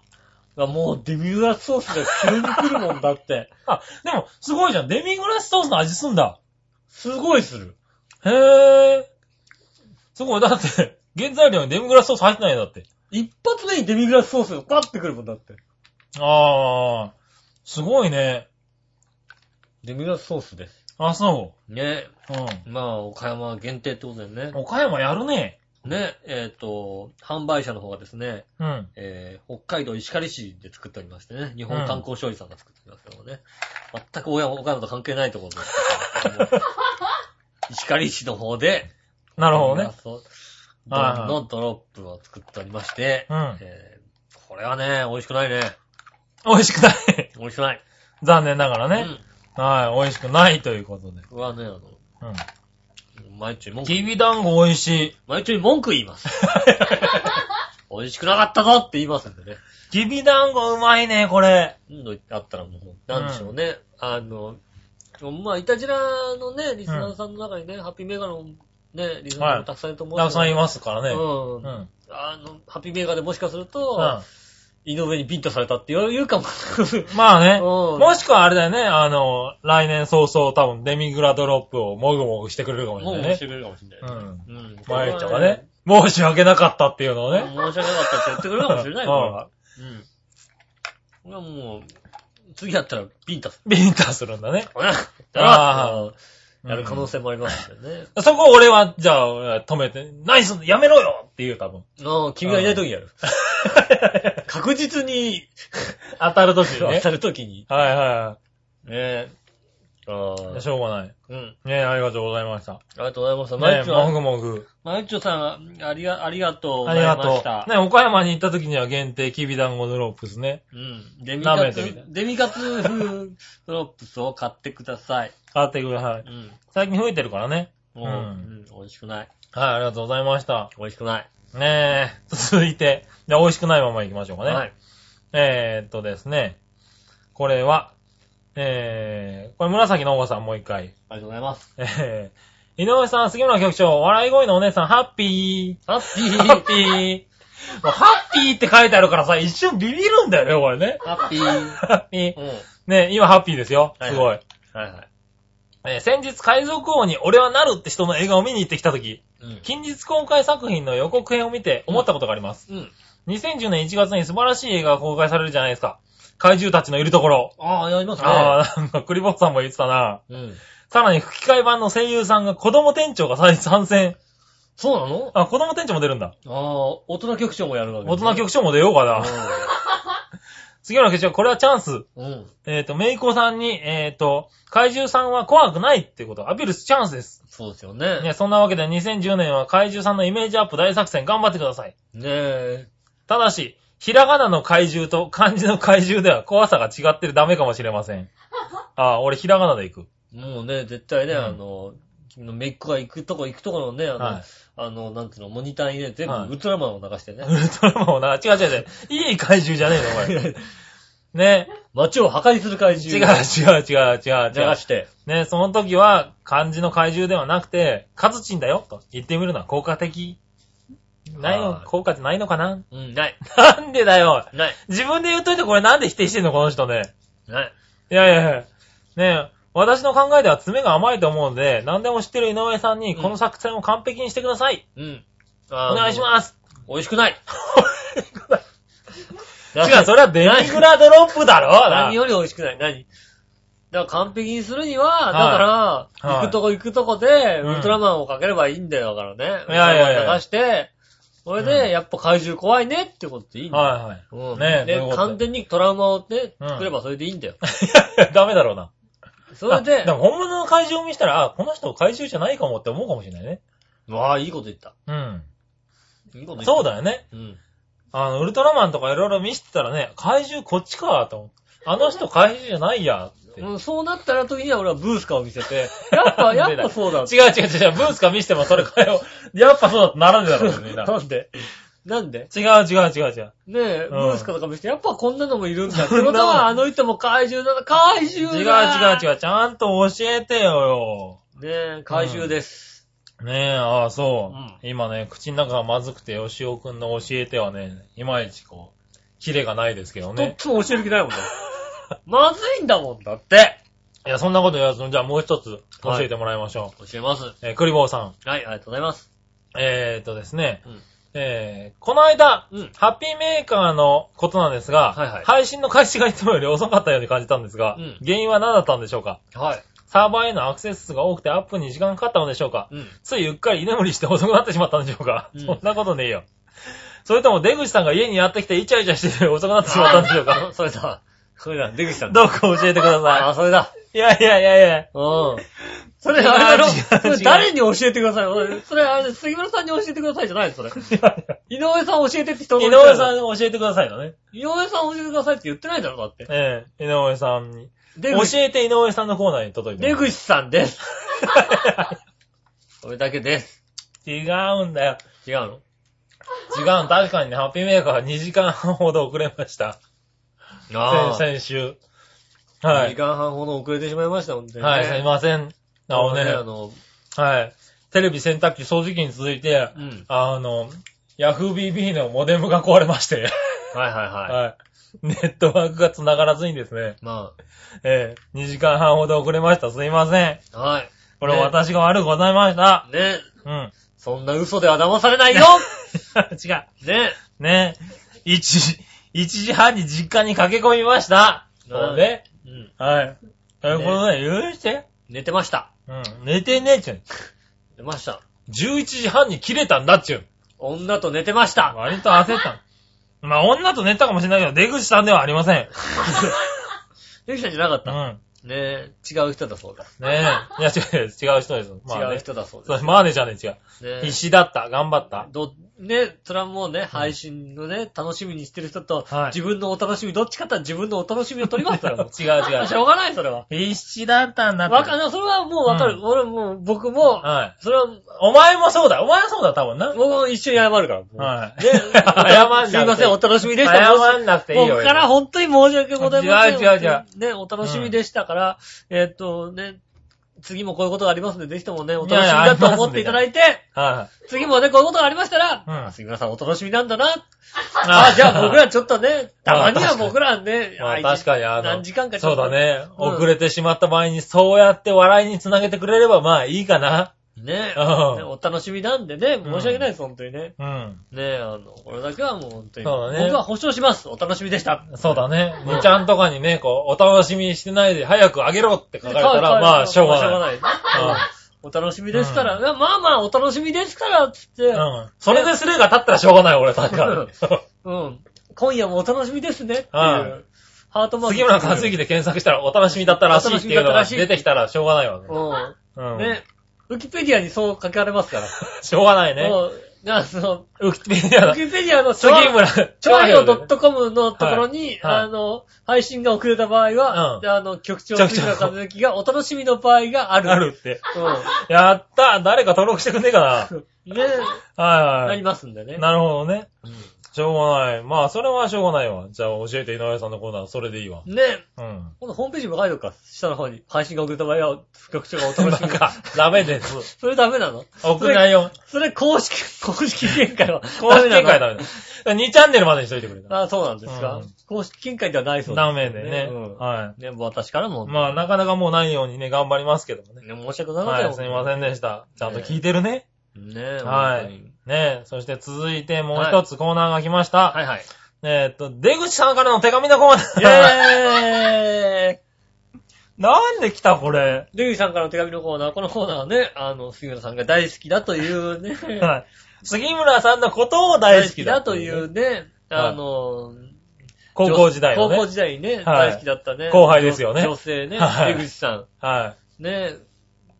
S2: やもうデミグラスソースが急に来るもんだって。
S3: あ、でも、すごいじゃん。デミグラスソースの味すんだ。
S2: すごいする。
S3: へえ。すごい。だって、原材料にデミグラスソース入ってないんだって。
S2: 一発目にデミグラスソースがパッてくるもんだって。
S3: ああ、すごいね。
S2: デミグラスソースです。
S3: あ、そ
S2: ね。
S3: う。う
S2: まあ、岡山限定ってことでね
S3: ん。。岡山やるね。
S2: ね、えっ、と、販売者の方がですね、
S3: うん。
S2: えー北海道石狩市で作っておりましてね、日本観光勝利さんが作っておりますけどもね、全く岡岡山と関係ないところですけども石狩市の方で、
S3: なるほどね。
S2: そう。
S3: はいは
S2: どん
S3: い
S2: どんドロップを作っておりまして、
S3: うん。
S2: えーこれはね、美味しくないね。
S3: 美味しくない。
S2: 美味しくない。
S3: 残念ながら
S2: う
S3: ね。
S2: ん。
S3: はい、美味しくないということで。
S2: これはね、あの、
S3: うん。
S2: 毎日文句
S3: き、びだんご美味しい。
S2: 毎日文句言い ます。美味しくなかったぞって言いますんでね。
S3: きびだんごうまいね、これ。
S2: のあったらもう、なんでしょうね。あの、まあ、いたじらのね、リスナーさんの中にね、ハッピーメガのね、リスナーさんもたくさんいると思う
S3: たくさんい
S2: す
S3: ますからね。
S2: う。
S3: うん。うんん。
S2: あの、ハッピーメガでもしかする
S3: ま
S2: と、井上にビンタされたって言うかも。
S3: あね。
S2: うん
S3: もしくはあれだよね、あの、来年早々多分デミグラドロップをもぐもぐしてくれるかもし
S2: も
S3: れ
S2: う
S3: ないね
S2: して。くれるかもしれ
S3: う
S2: ない。
S3: ん。
S2: うん。
S3: まゆちゃんがね、申し訳なかったっていうのを
S2: うん。
S3: ね。
S2: 申し訳なかったって言ってくれるかもしれない、
S3: うん
S2: これは。うん。これはもう、次やったらビンタする。
S3: ビンタするんだね。
S2: だ
S3: あ
S2: ら、やる可能性もありますよね。
S3: そこ俺は、じゃあ、止めて、何すんのやめろよって言う、多分。
S2: ああ、君がいない時にやる。確実に、
S3: 当たるときに
S2: 当
S3: ね。
S2: たる時に。
S3: はいは
S2: ねえ。あ
S3: いはい。
S2: あ。
S3: しょうがない。
S2: うん。
S3: ねありがとうございました。
S2: ありがとうございました。まゆ
S3: ね
S2: っちょ
S3: も
S2: ん
S3: ぐもぐ。
S2: まゆっちょさん、ありが、ありがとうご
S3: あ
S2: ざ
S3: り
S2: いま
S3: が
S2: し
S3: と
S2: た。
S3: う。ね、岡山に行った時には限定、きびだんごドロップスね。
S2: うん。デミ
S3: 舐
S2: カ
S3: めてみ
S2: ツ
S3: た、
S2: デミカツ風ドロップスを買ってください。
S3: 買ってください。
S2: うん。
S3: 最近増えてるからね。
S2: もう、う
S3: うん
S2: ん、美味しくない。
S3: はい、ありがとうございました。
S2: 美味しくない。
S3: ねえ、続いて、じゃあ美味しくないまま行きましょうかね。
S2: はい。
S3: えー、っとですね、これは、えー、これ紫のおばさんもう一回。
S2: ありがとうございます。
S3: えー、井上さん、杉村局長、笑い声のお姉さん、ハッピ
S2: ハッピ
S3: ー。
S2: ー
S3: ハッピー。もうハッピーって書いてあるからさ、一瞬ビビるんだよね、これね。
S2: ハッピー。
S3: ハッピー
S2: う。ん。はい
S3: ね、今ハッピーですよ。すごい。
S2: はい。
S3: えー先日海賊王に俺はなるって人の映画を見に行ってきたとき、
S2: うん。
S3: 近日公開作品の予告編を見て思ったことがあります。
S2: うん。
S3: 2010年1月に素晴らしい映画が公開されるじゃないですか。怪獣たちのいるところ。
S2: ああ、やりますね。
S3: ああ、なんか、クリボッツさんも言ってたな。
S2: うん。
S3: さらに吹き替え版の声優さんが子供店長が再参戦。
S2: そうなの
S3: あ、子供店長も出るんだ。
S2: ああ、大人局長もやるわけね、
S3: 大人局長も出ようかな。次の決勝、これはチャンス。
S2: うん。うん。
S3: えっ、と、メイコさんに、えっ、と、怪獣さんは怖くないってことをアピールするチャンスです。
S2: そうですよね。
S3: ね、そんなわけで2010年は怪獣さんのイメージアップ大作戦頑張ってください。
S2: ねえ。
S3: ただし、ひらがなの怪獣と漢字の怪獣では怖さが違ってるダメかもしれません。あ、俺ひらがなで行く。
S2: もうね、絶対ね、
S3: うん
S2: あの、君のめっ子が行くとこ行くとこのね、あの、
S3: はい
S2: あの、なんていうの、モニターにね、全部
S3: はい
S2: ウルトラマンを流してね、
S3: ウルトラマンをな、違う違う違う。いい怪獣じゃねえの、お前。ね。
S2: 街を破壊する怪
S3: 違う違
S2: 獣を
S3: う違う違う
S2: 流
S3: 違う。
S2: して、
S3: ね、その時は漢字の怪獣ではなくて、カズチンだよと言ってみるのは効果的。ないの
S2: は、い
S3: 効果じゃないのかな
S2: うん、ない、
S3: なんでだよ。
S2: ない、
S3: 自分で言っといてこれなんで否定してんの、この人ね。
S2: ない。
S3: いやいやいや。ねえ、私の考えでは爪が甘いと思うので、何でも知ってる井上さんに、
S2: うん
S3: この作戦を完璧にしてください。
S2: うん。お
S3: お願いします。
S2: す。美味しく ない。
S3: 違う、それはデミグラドロップだろ
S2: 何
S3: な
S2: より美味しくない。何だから完璧にするには、だから、
S3: は
S2: 行
S3: い
S2: くとこ行くとこで、
S3: うん
S2: ウルトラマンをかければいいんだよ、だからね。
S3: いやいや
S2: ウル
S3: いや
S2: トラマン流して、それ
S3: うん
S2: で、やっぱ怪獣怖いねってことでいいんだよ。
S3: はいはい。
S2: うん。
S3: ねえ
S2: で
S3: そういうこと、
S2: 完全にトラウマをね、
S3: うん
S2: 作ればそれでいいんだよ。
S3: い やダメだろうな。
S2: それ
S3: あ
S2: で
S3: で、も本物の怪獣を見したら、あ、この人怪獣じゃないかもって思うかもしれないね。
S2: わあ、いいこと言った。
S3: うん。
S2: いいこと言った。
S3: そう
S2: だ。
S3: だよね。
S2: うん。
S3: あの、ウルトラマンとかいろいろ見せてたらね、怪獣こっちかと思って。あの人怪獣じゃないやって。
S2: うんそうなったら時には俺はブースカを見せて、やっ ぱ、やっぱそうだ。
S3: 違う違う違う、ブースか見せてもそれ変えよう。やっぱそうだってならねえだろうね、みんな。
S2: なんでなんで
S3: 違う違う違う違う。
S2: ねえ、
S3: ん
S2: ブースカとか見せて、やっぱこんなのもいるんだ。って
S3: んな
S2: こ
S3: の
S2: とは、あの人も怪獣だな、怪
S3: 違う違
S2: 獣
S3: う
S2: だ
S3: 違う、ちゃんと教えてよ
S2: う違う。ねえ、怪獣です。
S3: よ。ねえ、ああ、そう、
S2: うん
S3: 今ね、口の中がまずくて、よしおくんの教えてはね、いまいちこう、キレがないですけど
S2: どっ
S3: ね。
S2: ちも教える気ない もんだ。まずいんだもんだって。
S3: いや、そんなこと言わずに、じゃあもう一つ教えてもらいましょう。
S2: 教えます。はい、
S3: えー、クリボーさん。
S2: ありがとうございます。
S3: えー、っとですね、
S2: うん
S3: えー、この間、
S2: うん。
S3: ハッピーメーカーのことなんですが、
S2: はいはい
S3: 配信の開始がいつもより遅かったように感じたんですが、
S2: うん
S3: 原因は何だったんでしょうか
S2: はい。
S3: サーバーへのアクセス数が多くてアップに時間がかかったのでしょうか
S2: うん。
S3: ついゆっかり居眠りして遅くなってしまったんでしょうか、
S2: うん
S3: そんなことねえよ。それとも出口さんが家にやってきてイチャイチャしてて遅くなってしまったんでしょうか
S2: あそれだ。それだ、出 口さんだ。
S3: どうか教えてくだ
S2: あ
S3: さ
S2: それだ。
S3: い。いやいやいやいや。
S2: うん。それ、あれだろ。
S3: 違う違う
S2: それ誰に教えてください。俺それ、あれ、杉村さんに教えてくださいじゃないそれ。 井上さん教えてって人
S3: 井上さん教えてくださいのね。
S2: ん。井上さん教えてくださいって言ってないだろ、だって。
S3: ええ、井上さんに。
S2: 出
S3: 教
S2: 口
S3: えて井上さんのコーナーに届いて
S2: 出
S3: る。
S2: 口さんです。 それだけです。
S3: 違うんだよ。
S2: 違うの
S3: 違う、確かにね、ハッピーメーカーは2時間半ほど遅れました。先
S2: あ
S3: 先週。
S2: あ。
S3: は
S2: 2時
S3: い。
S2: 間半ほど遅れてしまいました、本当にね。
S3: はい、すいません。あの
S2: あ
S3: ね、
S2: の、
S3: はい。テレビ洗濯機掃除機に続いて、
S2: うん。
S3: あの、YahooBB のモデムが壊れまして、
S2: はいはいは
S3: はい。ネットワークが繋がらずにですね、
S2: い。ま
S3: ええ2時間半ほど遅れました。すいません。
S2: あ、はい。
S3: これ
S2: ね
S3: 私が悪くございました。
S2: ね、
S3: うん。
S2: そんな嘘では騙されない よ
S3: 違う。
S2: ね、
S3: ね。1、一時半に実家に駆け込みました。そうね。
S2: うん。
S3: はい。ということで、許して。
S2: 寝てました。
S3: うん。寝てねえっちゅう。
S2: 寝ました。
S3: 11時半に切れたんだっちゅう。
S2: 女と寝てました。
S3: 割と焦った。まあ、女と寝たかもしれないけど、出口さんではありません。
S2: ゆきさんじゃなかっ
S3: う
S2: た。
S3: ん。
S2: ね違う人だそうだ。
S3: ねえ。いや、違う、違う人です。まあね、
S2: 違う人だそう
S3: そう
S2: で
S3: まあねじゃねえ、違う。
S2: す。ね
S3: 必死だった、頑張った。
S2: ど、ね、それはもうね、配信のね、楽しみにしてる人と
S3: はい、
S2: 自分のお楽しみ、どっちかって言ったら自分のお楽しみを取りますから、もう
S3: 違う違
S2: しょうがない、それは。
S3: う。必死だったんだって
S2: わかる、それはもうわか
S3: う
S2: る。
S3: ん
S2: 俺も、僕も、
S3: はい。
S2: それは、
S3: お前もそうだ、お前はそうだ、多分な。
S2: 僕も一緒に謝るからもう。
S3: はい
S2: ね
S3: 謝んなくて
S2: すいません、お楽しみでした。
S3: 謝んなくていいよ。
S2: 僕から本当に申し訳ございません。
S3: 違う違う違う
S2: ね、お楽しみでしたから、えーっと、ね、次もこういうことがありますんで、ぜひともね、お楽しみだと思っていただいて、
S3: は
S2: 次もね、こういうことがありましたら、
S3: うん
S2: あ杉村さんお楽しみなんだな。
S3: い。
S2: あじゃあ僕らちょっと ね、たまには
S3: 確かに
S2: 僕らね、
S3: まあ
S2: い
S3: 確かにあの
S2: 何時間かちょ
S3: そ
S2: っと。
S3: うだ。ね。
S2: うん
S3: 遅れてしまった場合に、そうやって笑いにつなげてくれれば、まあいいかな。
S2: ね、
S3: うん
S2: ねお楽しみなんでね、申し訳ないです、本当にね。
S3: うん。
S2: ねあの、これだけはもう本当に。
S3: そうだね
S2: 僕は保証します。お楽しみでした。
S3: そうだね。2ちゃんとかにね、こう、お楽しみしてないで早くあげろって書かれたら、まあ、しょうが
S2: な
S3: ない。
S2: い。お楽しみですから、まあまあお楽しみですから、つって、
S3: うんうん。それでスレが立ったらしょうがない、俺、確かに。
S2: うん。今夜もお楽しみですね、っていう。
S3: はい
S2: ハートマーク。
S3: 杉村和之で検索したら、お楽しみだったらしいっていうの
S2: お
S3: が
S2: 楽しみだった
S3: 出
S2: らしい
S3: てきたらしょうがないわね。
S2: う。
S3: うんん。
S2: ね。ウィキペディアにそう書かれますから。
S3: しょうがないね。
S2: もうあの、
S3: ウキペディア
S2: ウ
S3: だ。
S2: キペディアの
S3: 杉村、
S2: 超愛
S3: 長
S2: ドットコムのところに、
S3: はいはい
S2: あの、配信が遅れた場合は、
S3: うん
S2: あの、局長
S3: 局長
S2: 杉村和之がお楽しみの場合がある。
S3: あるって。
S2: う
S3: やった誰か登録してくんねえか
S2: ん。ね、
S3: なはい
S2: な
S3: は
S2: り
S3: い。
S2: ますんでね。
S3: なるほどね。しょうがない。まあ、それはしょうがないわ。じゃあ、教えて井上さんのコーナー、それでいいわ。
S2: ね、
S3: うん。
S2: このホームページも書いとくか。下の方に。配信が遅れた場合は、局長がお楽
S3: な
S2: しみ
S3: ん
S2: が。
S3: か、ダ メです。
S2: それダメなの
S3: 送んないよ。
S2: それ公式、 公式見解は。
S3: 公式見
S2: ダメな
S3: 解
S2: の
S3: ダメです。2チャンネルまでにしといてくれた。
S2: あそうなんですか、
S3: うん
S2: 公式見解ではないそうです、
S3: ダメでね。
S2: うん
S3: は
S2: ね、もう私からも、
S3: い。まあ、なかなかもうないようにね、頑張りますけどもね。
S2: ね、申し訳ございません。
S3: はい、すみませんでした。ちゃんと聞いてるね。
S2: ん。ね
S3: は
S2: 本
S3: い
S2: 当に
S3: ねえ、そして続いてもう一つコーナーが来ました。
S2: はい はい。
S3: えーっと、出口さんからの手紙のコーナー。
S2: イェーイ
S3: なんで来たこれ。
S2: ルイさんからの手紙のコーナー、このコーナーはね、あの、杉村さんが大好きだという ね、
S3: はい。杉村さんのことを大好きだ。
S2: という。ね、
S3: はい
S2: あの、
S3: 高校時代のね。
S2: 高校時代にね、
S3: はい
S2: 大好きだったね。
S3: 後輩ですよね
S2: 女性ね、
S3: はい
S2: 出口さ
S3: は
S2: ん。ね、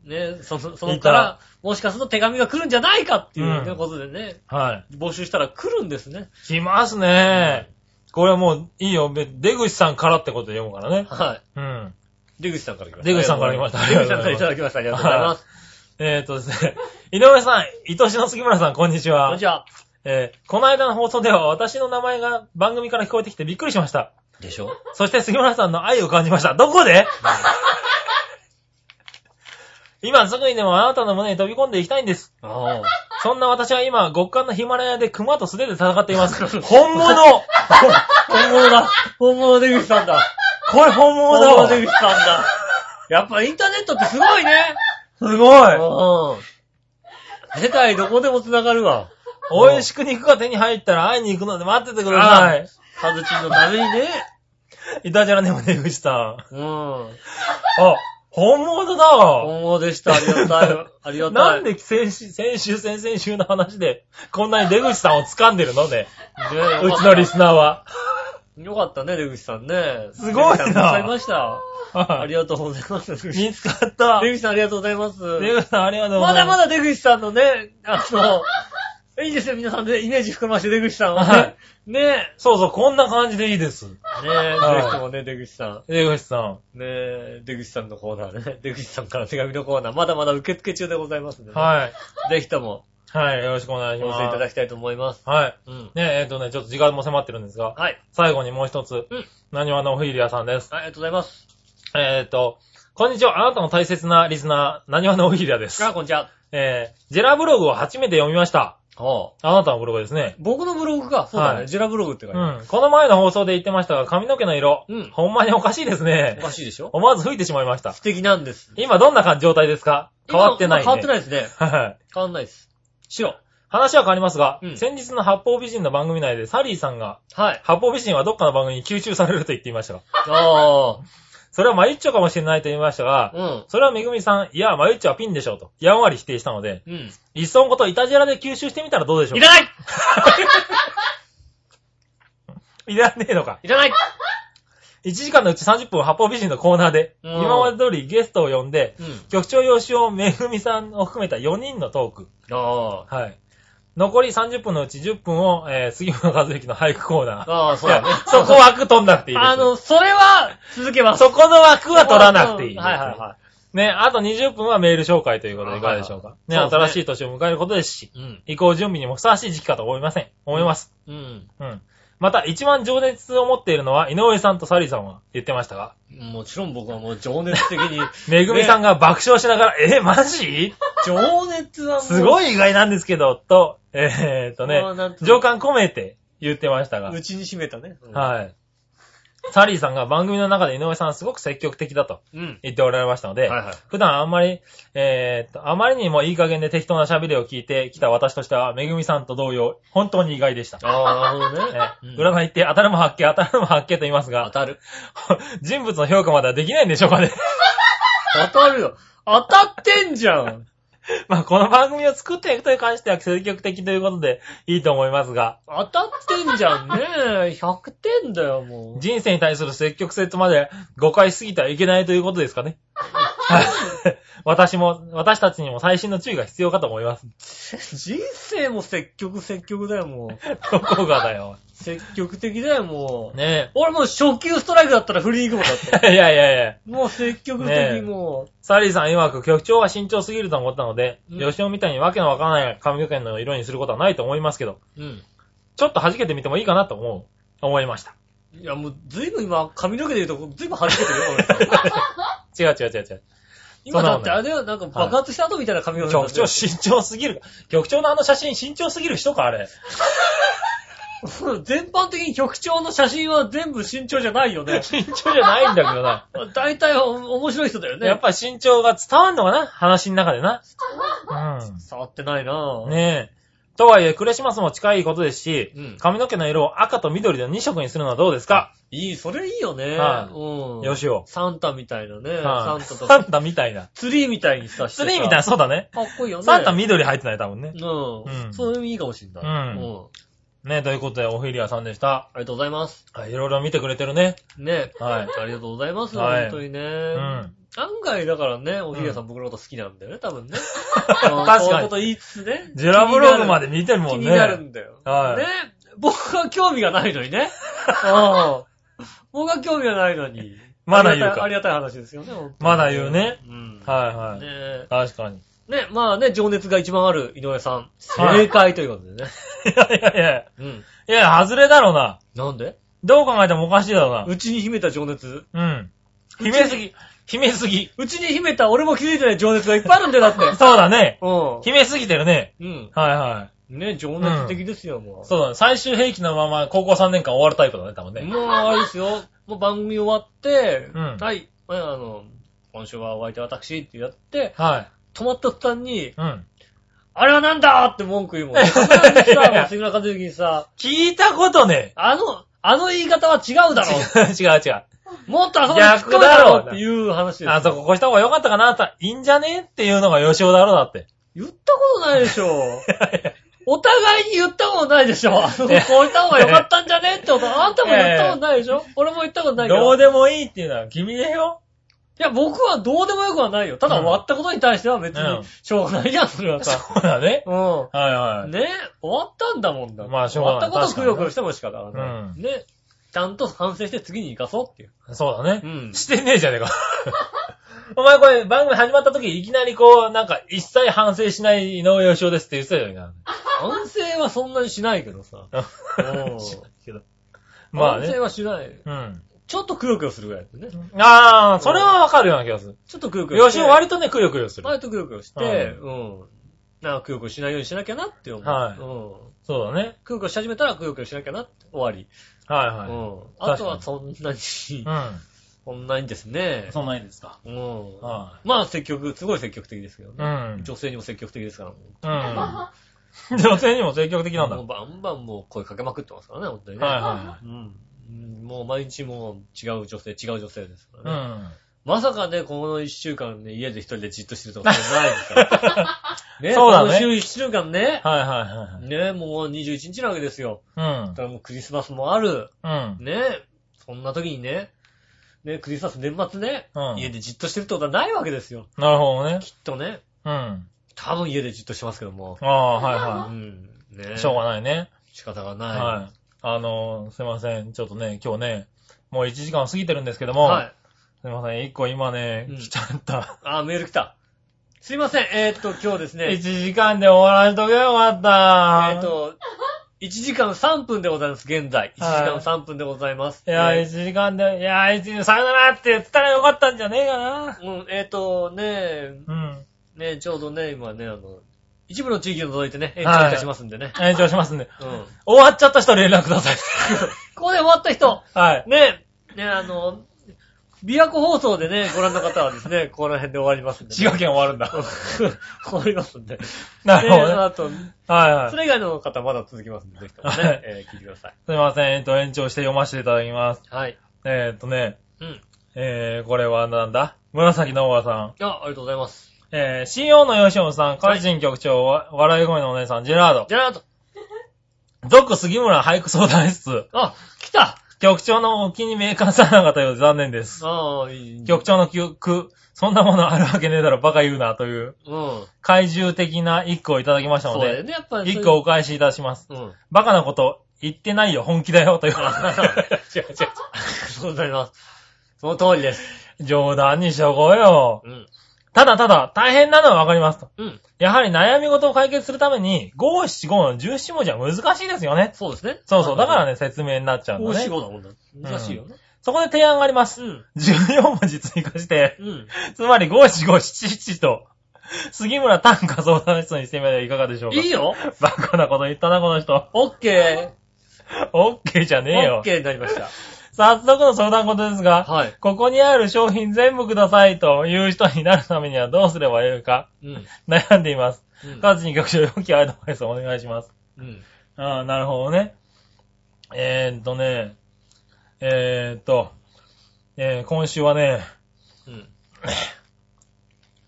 S2: ね、そ、そそのから、もしかすると手紙が来るんじゃないかっていうね
S3: うん
S2: ことでね、
S3: い。はい。
S2: 募集したら来るんですね。
S3: 来ますね。これはもういいよ。べ出口さんからってことで読むからね。
S2: は
S3: うん。
S2: い。出口さんから来ました。
S3: 出口さんから来ました
S2: 出口さんからいただきました。ありがとうございます。
S3: えーっとですね。 井上さん、愛しの杉村さん、こんにちは。
S2: こんにちは。
S3: えーこの間の放送では私の名前が番組から聞こえてきてびっくりしました。
S2: でしょ
S3: そして杉村さんの愛を感じました。ど こで今すぐにでもあなたの胸に飛び込んでいきたいんです。
S2: ああ。
S3: そんな私は今、極寒のヒマラヤで熊と素手で戦っています。本物
S2: 本物だ本物出口さんだ
S3: これ本物
S2: 本
S3: だ
S2: 物
S3: わ
S2: 出口さんだやっぱインターネットってすごいね
S3: すごい
S2: うん。世界どこでも繋がるわ。
S3: 美味しく肉が手に入ったら会いに行くので待っててください。
S2: カズチンのためにね。
S3: いたじゃらねも出口さん。あ、
S2: うん。本
S3: 本物だわ
S2: 物でした。ありがたい。ありがたい。
S3: なん
S2: ね
S3: で先週、先週、先々週の話で、こんなに出口さんを掴んでるのね。うちのリスナーは。
S2: よかったね、出口さんね。
S3: すごい
S2: 出口
S3: な
S2: さん助かりました。あ
S3: あ
S2: りがとうございます。出口
S3: 見つかった。出
S2: さんありがとうございます。
S3: 口さん、ありがとうご
S2: ま
S3: ざい
S2: だ
S3: ま。
S2: ますだ出口さんのね、あの、いいですよ、皆さんでイメージ含まして出口さんは
S3: は
S2: ね
S3: い。
S2: ねえ。
S3: そうそう、こんな感じでいいです。
S2: ねえ、
S3: はい
S2: ぜひともね、出口さ
S3: 出口さん。
S2: ん。ねえ、出口さんのコーナーね。 出口さんから手紙のコーナー、まだまだ受付中でございますんでね。
S3: はい。
S2: ぜひとも、
S3: はい、よろしくお願いし
S2: お寄
S3: ます。
S2: せいただきたいと思います。
S3: はい。
S2: うん。
S3: ねえ、っとね、ちょっと時間も迫ってるんですが、
S2: はい。
S3: 最後にもう一つ
S2: うん、
S3: なにわのおひりやさんです。
S2: ありがとうございます。
S3: えーっと、こんにちは、あなたの大切なリスナー、なにわのおひりやです
S2: あ、。こんにちは。
S3: えー、ジェラブログを初めて読みました。
S2: ほう。
S3: あなたのブログですね。
S2: 僕のブログか。そうだ
S3: は
S2: ね。
S3: い
S2: ジェラブログって書いてあ
S3: うん。この前の放送で言ってましたが、髪の毛の色、
S2: うん
S3: ほんまにおかしいです
S2: る。
S3: ね
S2: お。かしいでしょ
S3: 思わず吹いてしまいました
S2: 素。敵なんです。
S3: 今どんな感状態ですか変わってない、ね。。
S2: 今変わってないいですね。
S3: はい。
S2: 変わんないです。白。
S3: 話は変わりますが、
S2: うん
S3: 先日の八方美人の番組内でサリーさんが、
S2: はい。
S3: 八方美人はどっかの番組に吸収されると言っていましたが、
S2: あ
S3: それはマユッチョかもしれないと言いました
S2: あ。
S3: が、
S2: うん。
S3: それはめぐみさん、いや、マユッチョはピンでしょうと、やんわり否定したので、
S2: うん。
S3: いっそのことイタジェラで吸収してみたらどうでしょう
S2: いらない
S3: いらねえのか。
S2: いらない
S3: 1時間のうち30分八方美人のコーナーで、
S2: うん
S3: 今まで通りゲストを呼んで、
S2: うん。
S3: 局長用紙をめぐみさんを含めた4人のトーク。
S2: あ
S3: はい。残り30分のうち10分を、えー、杉村和之の俳句コーナ
S2: あ。
S3: ー。
S2: ああ、そうだね
S3: いや。そこ枠取んなくていいです。
S2: あの、それは続けます。
S3: そこの枠は取らなくていいです。
S2: はいはいは
S3: ね、あと20分はメール紹介ということでいかがでしょうか。
S2: いはい
S3: ね、
S2: そうで
S3: 新
S2: す
S3: しい年を迎えることですし、
S2: い。うん。
S3: 移行準備にもふさわしい時期かと思いません。思います。
S2: うん。
S3: うん。また、一番情熱を持っているのは、井上さんとサリーさんは言ってましたが、
S2: もちろん僕はもう情熱的に、
S3: めぐみさんが爆笑しながら、え、マジ
S2: 情熱はもう、
S3: すごい意外なんですけど、と、えーっとね
S2: まあなん、と
S3: 情感込めて言ってましたが、
S2: うちに秘めたね。
S3: はい。サリーさんが番組の中で井上さんはすごく積極的だと
S2: い。うん。
S3: 言っておられましたの
S2: は
S3: で、
S2: いはい。
S3: 普段あんまり、えーっと、あまりにもいい加減で適当な喋りを聞いてきた私としては、めぐみさんと同様、本当に意外でした。
S2: ああ、なるほど
S3: え
S2: ね。うん
S3: 占いって当たるも発見、当たるも発見と言います
S2: 当
S3: が、
S2: たる。
S3: 人物の評価まではできないんでしょうかね。
S2: 当たるよ。当たってんじゃん。
S3: まあ、この番組を作っていくという関しては積極的ということでいいと思いますが、
S2: 当たってんじゃんねえ。100点だよ、もう。
S3: 人生に対する積極性とまで誤解しすぎてはいけないということですかね。 はい私も、私たちにも最新の注意が必要かと思います。
S2: 人生も積極積極だよ、もう。
S3: どこがだよ。
S2: 積極的だよ、もう。
S3: ね
S2: 俺もう初級ストライクだったら振りに行くもんだって。
S3: え。い やいやいや。
S2: もう積極的
S3: ね
S2: に
S3: え
S2: も
S3: サリーさん曰く局長が慎重すぎると思ったので、
S2: うん
S3: 吉尾みたいにわけのわからない髪の毛の色にすることはないと思いますけど、
S2: う。うん。
S3: ちょっと弾けてみてもいいかなと思う、思いました。
S2: いや、もう随分今、髪の毛で言うと随分弾けて るよ、俺。
S3: 違う違う違う違う。
S2: 今だって
S3: そ
S2: あ
S3: う
S2: れだよ、なんか爆発した後みたいな髪の毛だっ
S3: 局
S2: た
S3: 長
S2: よ。
S3: 慎重すぎる。局長のあの写真慎重すぎる人か、あれ。
S2: 全般的に局長の写真は全部身長じゃないよね。
S3: 慎重じゃないんだけどな。
S2: 大体お面白い人だよね。
S3: やっぱり慎重が伝わんのかな話の中でな。う
S2: 触ってないなぁ。
S3: ん。ねえ。とはいえ、クリスマスも近いことですし、
S2: うん
S3: 髪の毛の色を赤と緑の2色にするのはどうですか、
S2: いい、それいいよね。
S3: は
S2: うん。
S3: よしお。
S2: サンタみたいなね。
S3: は
S2: サ
S3: い
S2: ンタと
S3: サ
S2: か。
S3: ンタみたいな。
S2: ツリーみたいにさ、
S3: スリーみたいな、そうだね。
S2: な。かっこいいよね。
S3: サンタ緑入ってない、多分ね。
S2: う。
S3: うんん
S2: それもいいかもしんない。
S3: うん
S2: うん。
S3: ねということで、オフィリアさんでした。
S2: ありがとうございます。
S3: はい、いろいろ見てくれてるね。
S2: ね。
S3: はい。
S2: ありがとうございます。
S3: はい
S2: 本当にね。
S3: うん。
S2: 案外だからね、おひげさん僕のこと好きなんだよね、多分ね。
S3: 確
S2: そういう
S3: か
S2: こ
S3: に
S2: と。言いつつね。
S3: ジュラブログまで見てるも
S2: 気
S3: ん
S2: に
S3: ね。
S2: なるんだよ。
S3: はい
S2: ね。僕は興味がないのにね。うん僕は興味がないのに。
S3: まだ言うか
S2: ありがたいありがたい話ですよね。本当に
S3: まだ言うね。
S2: うん。
S3: はいはい。
S2: ねえ
S3: 確かに。
S2: ね、まあね、情熱が一番ある井上さん。
S3: はい
S2: 正解ということでね。
S3: いやいやいや。
S2: うん。
S3: いや、外れだろうな。
S2: なんで
S3: どう考えてもおかしいだろ
S2: うちに秘めた情熱。
S3: うな。うん。秘めすぎ。秘めすぎ。
S2: うちに秘めた俺も気づいてない情熱がいっぱいあるんだよ、だって。
S3: そうだね。
S2: う
S3: 秘めすぎてるね。
S2: ん。うん。
S3: はいは
S2: ね、情熱的ですよ、も
S3: い。そうだね。最終兵器のまま高校3年間終わるタイプだね、多分
S2: う。
S3: ね。
S2: もう、あれですよ。もう番組終わって、
S3: うん
S2: はい、まああの、今週はお相手私ってやって、
S3: はい。
S2: 止まった途端に、
S3: うん。
S2: あれはなんだって文句言う もん。必ずさ、もう杉村和之にさ、
S3: 聞いたことね。
S2: あの、あの言い方は違うだろう。
S3: 違う違う。
S2: もっとあそこに突っ込むだろうっていう話ですよ。
S3: あそこ越した方が良かったかなと、いいんじゃねっていうのが吉尾だろうだって。
S2: 言ったことないでし ょ。お互いに言ったことないでしょ。あそこう言った方がよかったんじゃねってこと。あんたも言ったことないでしょ。俺も言ったことないけ
S3: ど
S2: ど。
S3: う
S2: い
S3: でもいいっていうのは君だよ。
S2: や、僕はどうでもよくはないよ。ただ
S3: うん
S2: 終わったことに対しては別
S3: うん
S2: に、しょうがないじゃん、それはさ。
S3: そうだね。
S2: う
S3: はいは
S2: ん。
S3: い。
S2: ね終わったんだもんだ。
S3: まあしょう
S2: 終わ
S3: が
S2: っ
S3: な
S2: た
S3: い
S2: ことをくよく
S3: 確かに
S2: よ
S3: ね
S2: しても仕方がない。
S3: う
S2: ね。ちゃんと反省して次に生かそうっていう。
S3: そうだね
S2: う。ん。
S3: してねえじゃねえか。 お前これ番組始まった時いきなりこう、なんか一切反省しない井上義雄ですって言ってたじゃねえか。
S2: 反省はそんなにしないけどさ。うん
S3: 知らんけど まあ
S2: 反
S3: ね
S2: 省。はしない。
S3: うん。
S2: ちょっとくよくよするぐらいだよね。
S3: ああ、それはわかるような気がする。
S2: ちょっとくよくよ
S3: 吉
S2: して。
S3: 尾割とね、くよくよする。
S2: 割とくよくよして、うん。なんかくよくよしないようにしなきゃなって思う。
S3: は
S2: うん。
S3: いそうだね。
S2: くよくよし始めたらくよくよしなきゃなって終わり。
S3: はいはい。
S2: うん。あとはそんなに、
S3: う
S2: そんなにですね。
S3: ん。そんなにですか。
S2: うん。
S3: は
S2: まあ積極、すごい積極的ですけど
S3: い。う
S2: ね。
S3: ん。
S2: 女性にも積極的ですから。
S3: うん。女性にも積極的なんだ。
S2: も
S3: は
S2: うバンバンもう声かけまくってますからね、本当に
S3: い
S2: ね。
S3: は
S2: うん。うんもう毎日もう違う女性、違う女性ですか
S3: い。う
S2: らね。
S3: ん。
S2: まさかね、この一週間ね、家で一人でじっとしてるとかないですから。 ね、
S3: そうだね
S2: この週一週間ね。
S3: はいはい
S2: ねえ、もう21日なわけですよ。
S3: はい。
S2: だからもうクリスマスもある。
S3: うん。うん。
S2: ねえ、そんな時にね、ねえクリスマス年末ね、
S3: うん
S2: 家でじっとしてるってことはないわけですよ。
S3: なるほどね。
S2: きっとね。
S3: うん。あ
S2: 多分家でじっとしてますけども。
S3: あ、はいうは
S2: ん。ねえ
S3: い。しょうがないね。
S2: 仕方がない。
S3: はい。あのー、すいません。ちょっとね、今日ね、もう1時間過ぎてるんですけども、
S2: はい。
S3: すいません。1個今ね
S2: うん、
S3: 来ちゃった。
S2: あ、メール来た。すいません。えーっと、今日です
S3: 1
S2: ね。
S3: 時間で終わらんとけよかっ
S2: え
S3: た。
S2: ーっと、1時間3分でございます、現在。1
S3: はい
S2: 時間3分でございます。
S3: いやー、
S2: えー
S3: 1時間で、いやー、1時間、さよならって言ったらよかったんじゃねえかな。
S2: うん、えーっと、ねえ、
S3: うん。
S2: ねえ、ちょうどね、今ね、あの、一部の地域を除いてね、延長いたしますんでね。
S3: 延長しますんで。
S2: うん。
S3: 終わっちゃった人連絡ください。
S2: ここで終わった人、
S3: はい。
S2: ねえ、ねえ、あの、琵琶湖放送でね、ご覧の方はですね、この辺で終わりますんで、
S3: 滋賀県終わるん だ。
S2: 終わりますんで。
S3: なるほ
S2: ねえ
S3: どね。
S2: あと、
S3: はいはい
S2: そ。れ以外の方まだ続きますんで、ぜひとも
S3: は
S2: ね
S3: い、
S2: えー聞いてください。
S3: すいません。えっと、延長して読ませていただきます。
S2: はい。
S3: えーっとね、
S2: うん。
S3: えー、これはなんだ紫のおばさん。
S2: あ、ありがとうございます。
S3: ええー、CO の吉本さん、カルチン局長、わ笑い声のお姉さん、ジェラード。
S2: ジェラート。
S3: 族杉村俳句相談室。
S2: あ、来た
S3: 局長のお気にメーカーさんなかったようで残念です。
S2: ああ、いい。
S3: 局長の記憶、そんなものあるわけねえだろ、バカ言うな、という、
S2: うん。
S3: 怪獣的な一個をいただきました
S2: そ
S3: の
S2: うだよ
S3: で、
S2: ね、やっぱり。
S3: 一個。お返しいたします。
S2: う ん。違う違う。
S3: バカなこと、言ってないよ、本気だよ、 という。
S2: そうなります。その通りです。
S3: 冗談にしとこうよ。
S2: うん。
S3: ただただ、大変なのはわかりますと。
S2: うん。
S3: やはり悩み事を解決するために、五七五の十七文字は難しいですよね。
S2: そうですね。
S3: そうそう。だから
S2: ね。
S3: ね、説明になっちゃうん
S2: 大
S3: だ
S2: 仕
S3: ね。
S2: 事だもんだ。難しいよね。
S3: そこで提案があります
S2: う。ん。
S3: 14文字追加して、
S2: うん。
S3: つまり五七五七七と、杉村短歌相談室にしてみればいかがでしょうか。
S2: いいよ
S3: バカなこと言ったな、この人。
S2: オッケ
S3: オッケーじゃ
S2: ー。
S3: ねえ
S2: オッ
S3: よ。
S2: ケーになりました。
S3: 早速の相談事ですが、
S2: はい。
S3: ここにある商品全部くださいという人になるためにはどうすればよいか
S2: うん。
S3: 悩んでいます。
S2: うん
S3: カズに局長、良きアドバイスをお願いします。
S2: うん。
S3: ああ、なるほどね。えー、っとね、えー、っと、えー今週はね、
S2: うん。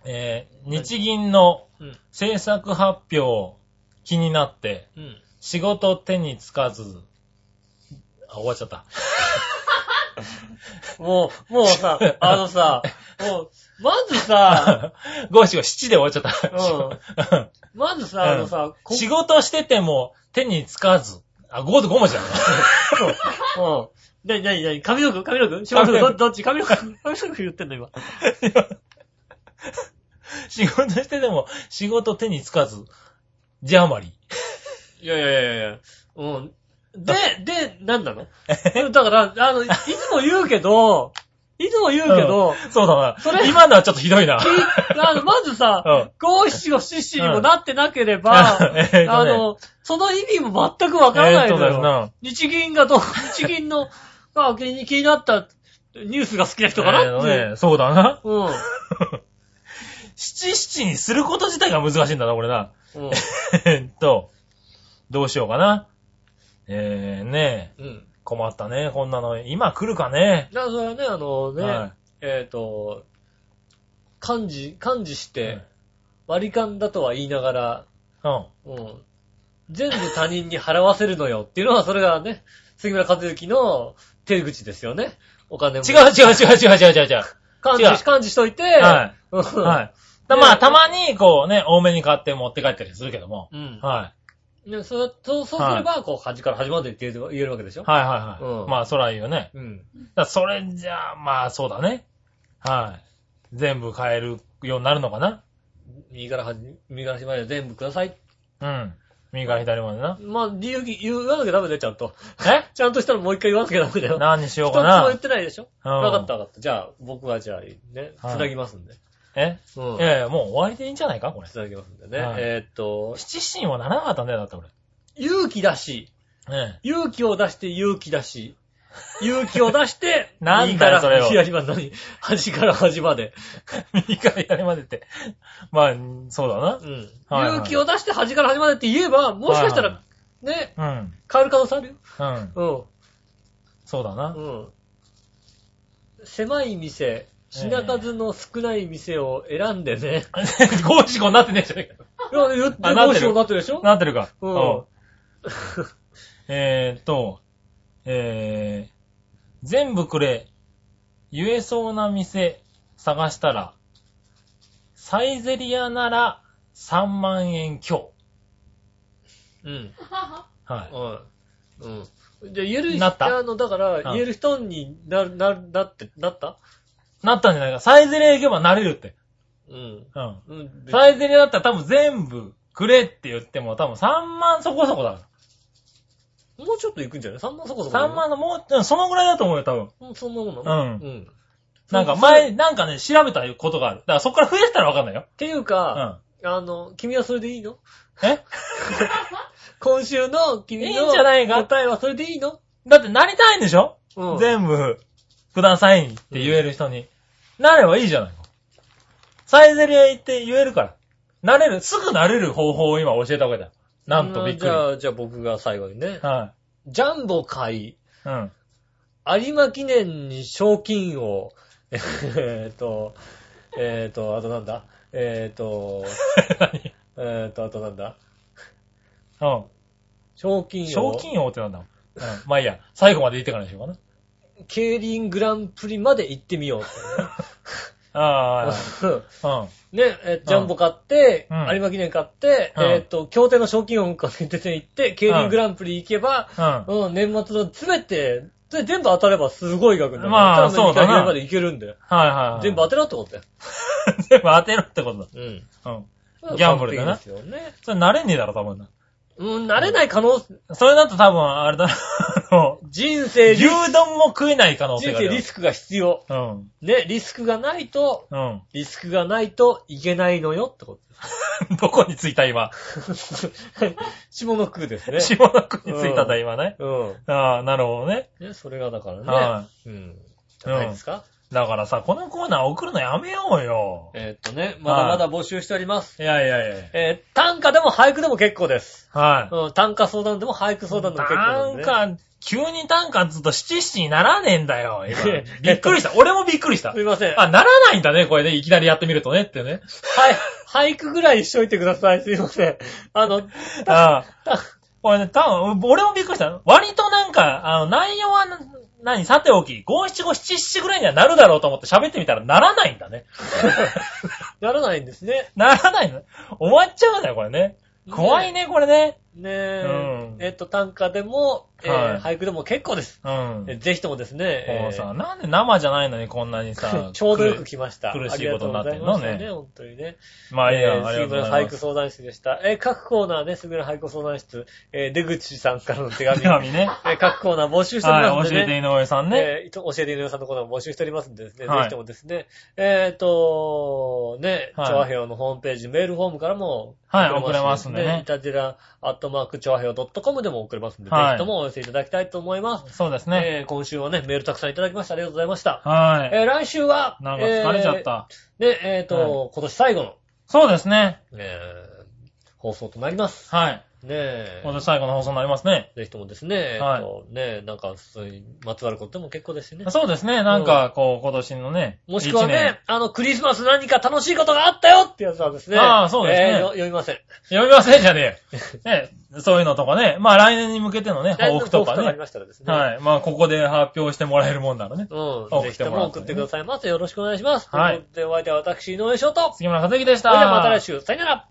S3: えー日銀の
S2: うん
S3: 政策発表気になって、
S2: うん。
S3: 仕事手につかず、あ、終わっちゃった。
S2: もう、もうさ、あのさ、もう、まずさ、
S3: 5、4、7で終わっちゃった。
S2: まずさ、あのさ、こ
S3: 仕事してても手につかず。あ、5と5文字だな。
S2: うん。なになになに髪の毛髪の毛仕事
S3: 髪
S2: ど
S3: の毛
S2: どっち髪の毛髪の毛言ってんの今。
S3: 仕事してても仕事手につかず、字余り。
S2: いやいやいやいや。うん。で、で、なんなのだから、あの、いつも言うけ ど、いつも言うけど、
S3: そうだな。
S2: それ
S3: 今のはちょっとひどいな。
S2: きあのまず
S3: う
S2: さ、
S3: ん。
S2: 五七五七七にもなってなければ、
S3: うん えーとね
S2: あの、その意味も全くわからない
S3: えーと
S2: の
S3: です
S2: よ。
S3: な。
S2: 日銀がどう、日銀の、あ気に気になったニュースが好きな人か
S3: えー
S2: なっ
S3: と
S2: ていう。
S3: ね、そうだな。
S2: うん。
S3: 七七にすること自体が難しいんだな、これな。
S2: うん。
S3: えーっと、どうしようかな。えー、ね
S2: うん。
S3: え、困ったね、こんなの。今来るかね。
S2: だからそれはね、あのね、
S3: は
S2: えっ、と、漢字、漢字し
S3: う
S2: て
S3: ん、
S2: 割り勘だとは言いながら、
S3: い。うん。
S2: うん。全部他人に払わせるのよっていうのは、それがね、杉村和之の手口ですよね。お金も。
S3: 違う違う違う違う違う違う違う。
S2: 漢字
S3: 違う
S2: し、漢字しといて、
S3: はい。
S2: うん
S3: はい。だ
S2: ね
S3: まあ、たまに、こうね、多めに買って持って帰ったりするけども。
S2: うん。
S3: は
S2: でそうそうそうすれば、こう、端から端までって言える言えるわけでし
S3: い。
S2: ょ。
S3: はいはいはい。
S2: うん
S3: まあ、そらいいよね。
S2: うん。
S3: だからそれじゃあ、まあ、そうだね。はい。全部買えるようになるのかな
S2: 右から端、右から端まで全部ください。
S3: うん。右から左までな。
S2: まあ、理由言言わなきゃダメだよ、ちゃんと。
S3: え
S2: ちゃんとしたらもう 一回言わなきゃダメだよ。
S3: 何にし
S2: 一
S3: よう
S2: つ
S3: か
S2: も言っ
S3: な。
S2: てないでしょ
S3: うん
S2: わかったわかった。じゃあ、僕はじゃあ、ね、つ
S3: はい
S2: なぎますんで。
S3: え
S2: うん
S3: い。やいや、もう終わりでいいんじゃないか、これ。
S2: つなぎますんでね。
S3: はい
S2: えーっと、
S3: 七七にはならなかったんだよ、だって俺。
S2: 勇気だし、
S3: ね
S2: 勇気を出して勇気だし、勇気を出して、
S3: なんだよそれを
S2: 右から左まで何端から端まで。
S3: え。 右から左までって。まあ、そう
S2: う
S3: だ
S2: ん。
S3: はいはい
S2: 勇気を出して端から端までって言えば、もしかしたら
S3: は、
S2: ね、
S3: な。うん。
S2: 変わる可能性ある
S3: うん。
S2: よ。
S3: そうだ
S2: う
S3: な。
S2: ん。うん。狭い店、品数の少ない店を選んで ね。
S3: ゴーシゴになってねえじゃねえか。
S2: いや、言って、
S3: あな
S2: ど
S3: っ
S2: う
S3: て
S2: しよ
S3: る
S2: うなってるでしょ
S3: なってるか。
S2: う
S3: うん
S2: ん。
S3: えーっと、えー、全部くれ、言えそうな店探したら、サイゼリアなら3万円強。
S2: うん。
S3: は
S2: うん。うん。じゃあ言える人、
S3: なった
S2: あの、だか
S3: ん
S2: ら、言える人にな、な、なって、なった
S3: い。なったんじゃないか。サイゼリア行けばなれるって。
S2: うん。
S3: うん。
S2: うん。
S3: サイゼリアだったら多分全部くれって言っても多分3万そこそこだか
S2: もうちょっと行くんじゃない ?3 万そこそこ。
S3: ら。3万のもううん、そのぐらいだと思うよ、多分。
S2: うんそんなもんな
S3: うん
S2: うん。
S3: なんか前、なんかね、調べたことがある。だからそこから増やしたらわかんないよ。
S2: っていう
S3: う
S2: か、
S3: ん。
S2: あの、君はそれでいいの
S3: え
S2: 今週の君
S3: いいん
S2: の
S3: じゃないか
S2: 答えはそれでいいの
S3: だってなりたいんでしょ
S2: うん。
S3: 全部、くださいって言える人に、なればいいじゃないの。サイゼリア行って言えるから。なれる、すぐなれる方法を今教えたわけだよ。なんとびっくり。
S2: じゃ
S3: は
S2: あ、じゃあ僕が最後にね。
S3: い。
S2: ジャンボ会、
S3: うん。
S2: 有馬記 念に賞金を、えーっと、えーっと、あとなんだえー と、えーと、あとなんだ
S3: 何
S2: 賞
S3: うん。
S2: 金王。
S3: 賞金王ってなんだうん。まあいいや、最後まで言ってからにしようか
S2: 競輪グランプリまで行ってみよう
S3: な。あ
S2: って。
S3: あ、うん。
S2: ね、えジャンボ買って、
S3: うん
S2: 有馬記念買って、
S3: うん
S2: えっ、と、協定の賞金をかけて行って、競輪グランプリ行けば、
S3: うん。
S2: うん、年末の詰めて、で全部当たればすごい額になる。
S3: まあ
S2: 多分
S3: そうだ
S2: 二回
S3: な
S2: ぐらいまで行けるんだよ。
S3: はいはいはい。
S2: 全部当てろってことだよ。
S3: 全部当てろってことだ。
S2: うん。
S3: うん。ギャンブルだな
S2: 完璧ですよね。
S3: それ慣れねえだろ、多分な。
S2: うん、慣れない可能、
S3: それだと多分、あれだな、あの、
S2: 人生リ
S3: 牛
S2: ス
S3: 丼も食えない可能
S2: ク、
S3: 性
S2: 人
S3: があ
S2: 生
S3: るよ。
S2: リスクが必要。
S3: うん。
S2: ね、リスクがないと、
S3: うん。
S2: リスクがないといけないのよってことで
S3: どこに着いた今。
S2: す。 下の句ですね。
S3: 下の句に着いたんだ今ね。
S2: う
S3: ああ、なるほどね。
S2: ん。ね、それがだからね。
S3: は
S2: うん。じゃないですか、
S3: だからさ、このコーナー送るのやめようよ。
S2: えーっとね、まだまだ募集しております。
S3: いやいやいや
S2: えー短歌でも俳句でも結構です。
S3: はい。
S2: うん、短歌相談でも俳句相談でも結構なんで、ね。
S3: 短歌、急に短歌っつうと七七にならねえんだよ、今
S2: えっと
S3: びっくりした。俺もびっくりした
S2: す。いません。
S3: あ、ならないんだね、これね。いきなりやってみるとね、っ てね。
S2: はい、俳句ぐらいしといてください。すいません。あの、
S3: ああ。
S2: た
S3: これね、多分、俺もびっくりした。割となんか、あの、内容はな、何、さておき、五七五七七ぐらいにはなるだろうと思って喋ってみたらならないんだね。
S2: ならないんですね。
S3: ならないの。終わっちゃうんだよ、これね。怖いね、これね。
S2: ねえ、
S3: うん
S2: えーっと、短歌でも、えー
S3: はい
S2: 俳句でも結構です。
S3: うん
S2: え。ーぜひともですね、
S3: もう
S2: え
S3: さ、
S2: ー
S3: なんで生じゃないのにこんなにさ、
S2: ちょうどよく
S3: 来
S2: 来ました。
S3: 苦しいことになってん
S2: ありがとうございま
S3: のね
S2: したね、本当にね。
S3: るまあいいや、
S2: えー
S3: ありがとうござ
S2: 杉村
S3: い
S2: 俳
S3: ま
S2: 句
S3: す。
S2: 相談室でした。えー各コーナーね、杉村俳句相談室、えー出口さんからの手紙。
S3: 手紙ね。
S2: えー各コーナー募 集しておりま
S3: は
S2: すん
S3: い、教
S2: で
S3: えて
S2: ね。
S3: 井上さんね。
S2: えーいと教えて井上さんのコーナーも募集しておりますんでですね、
S3: はい
S2: ぜひともですね、えっ、と、ね、
S3: はい
S2: チョアヘヨのホームページ、メールフォームからも、
S3: はい
S2: し
S3: 送れますんでね
S2: イタジラ、アットマーク、チョアヘヨ .com でも送れますんで、
S3: はい
S2: ぜひともお寄せいただきたいと思います。
S3: そうですね。
S2: えー今週はね、メールたくさんいただきました。ありがとうございました。
S3: はい。
S2: えー来週は、
S3: なんか疲れちゃった。
S2: えー。ね、えっ、と、
S3: は
S2: 今年最後の、
S3: そうですね。
S2: えー放送となります。
S3: はい。
S2: ねえ。
S3: 今年最後の放送になりますね。
S2: ぜひともですね、
S3: はい
S2: えっとねえ、なんか、そういう、まつわることでも結構ですしね。
S3: そうですね。なんか、こう、今年のね。
S2: もしくは
S3: 一年
S2: ね、あの、クリスマス何か楽しいことがあったよってやつはですね。
S3: ああそうですね
S2: えーよ読みませ ん。
S3: 読みませんじゃねえよ。 ね、そういうのとかね。まあ来年に向けてのね、抱負とか
S2: あり
S3: ね。
S2: ましたらですね。
S3: はい。まあここで発表してもらえるもんならね。
S2: うん。
S3: 送
S2: ぜ
S3: っ
S2: ひ
S3: て
S2: と
S3: もら
S2: も
S3: っ
S2: 送
S3: てね
S2: ってくださいませ。よろしくお願いします。
S3: は
S2: という
S3: い
S2: ことで、お相手は私、井上翔と。そ
S3: 杉村和之でした。
S2: れではまた来週、さよなら。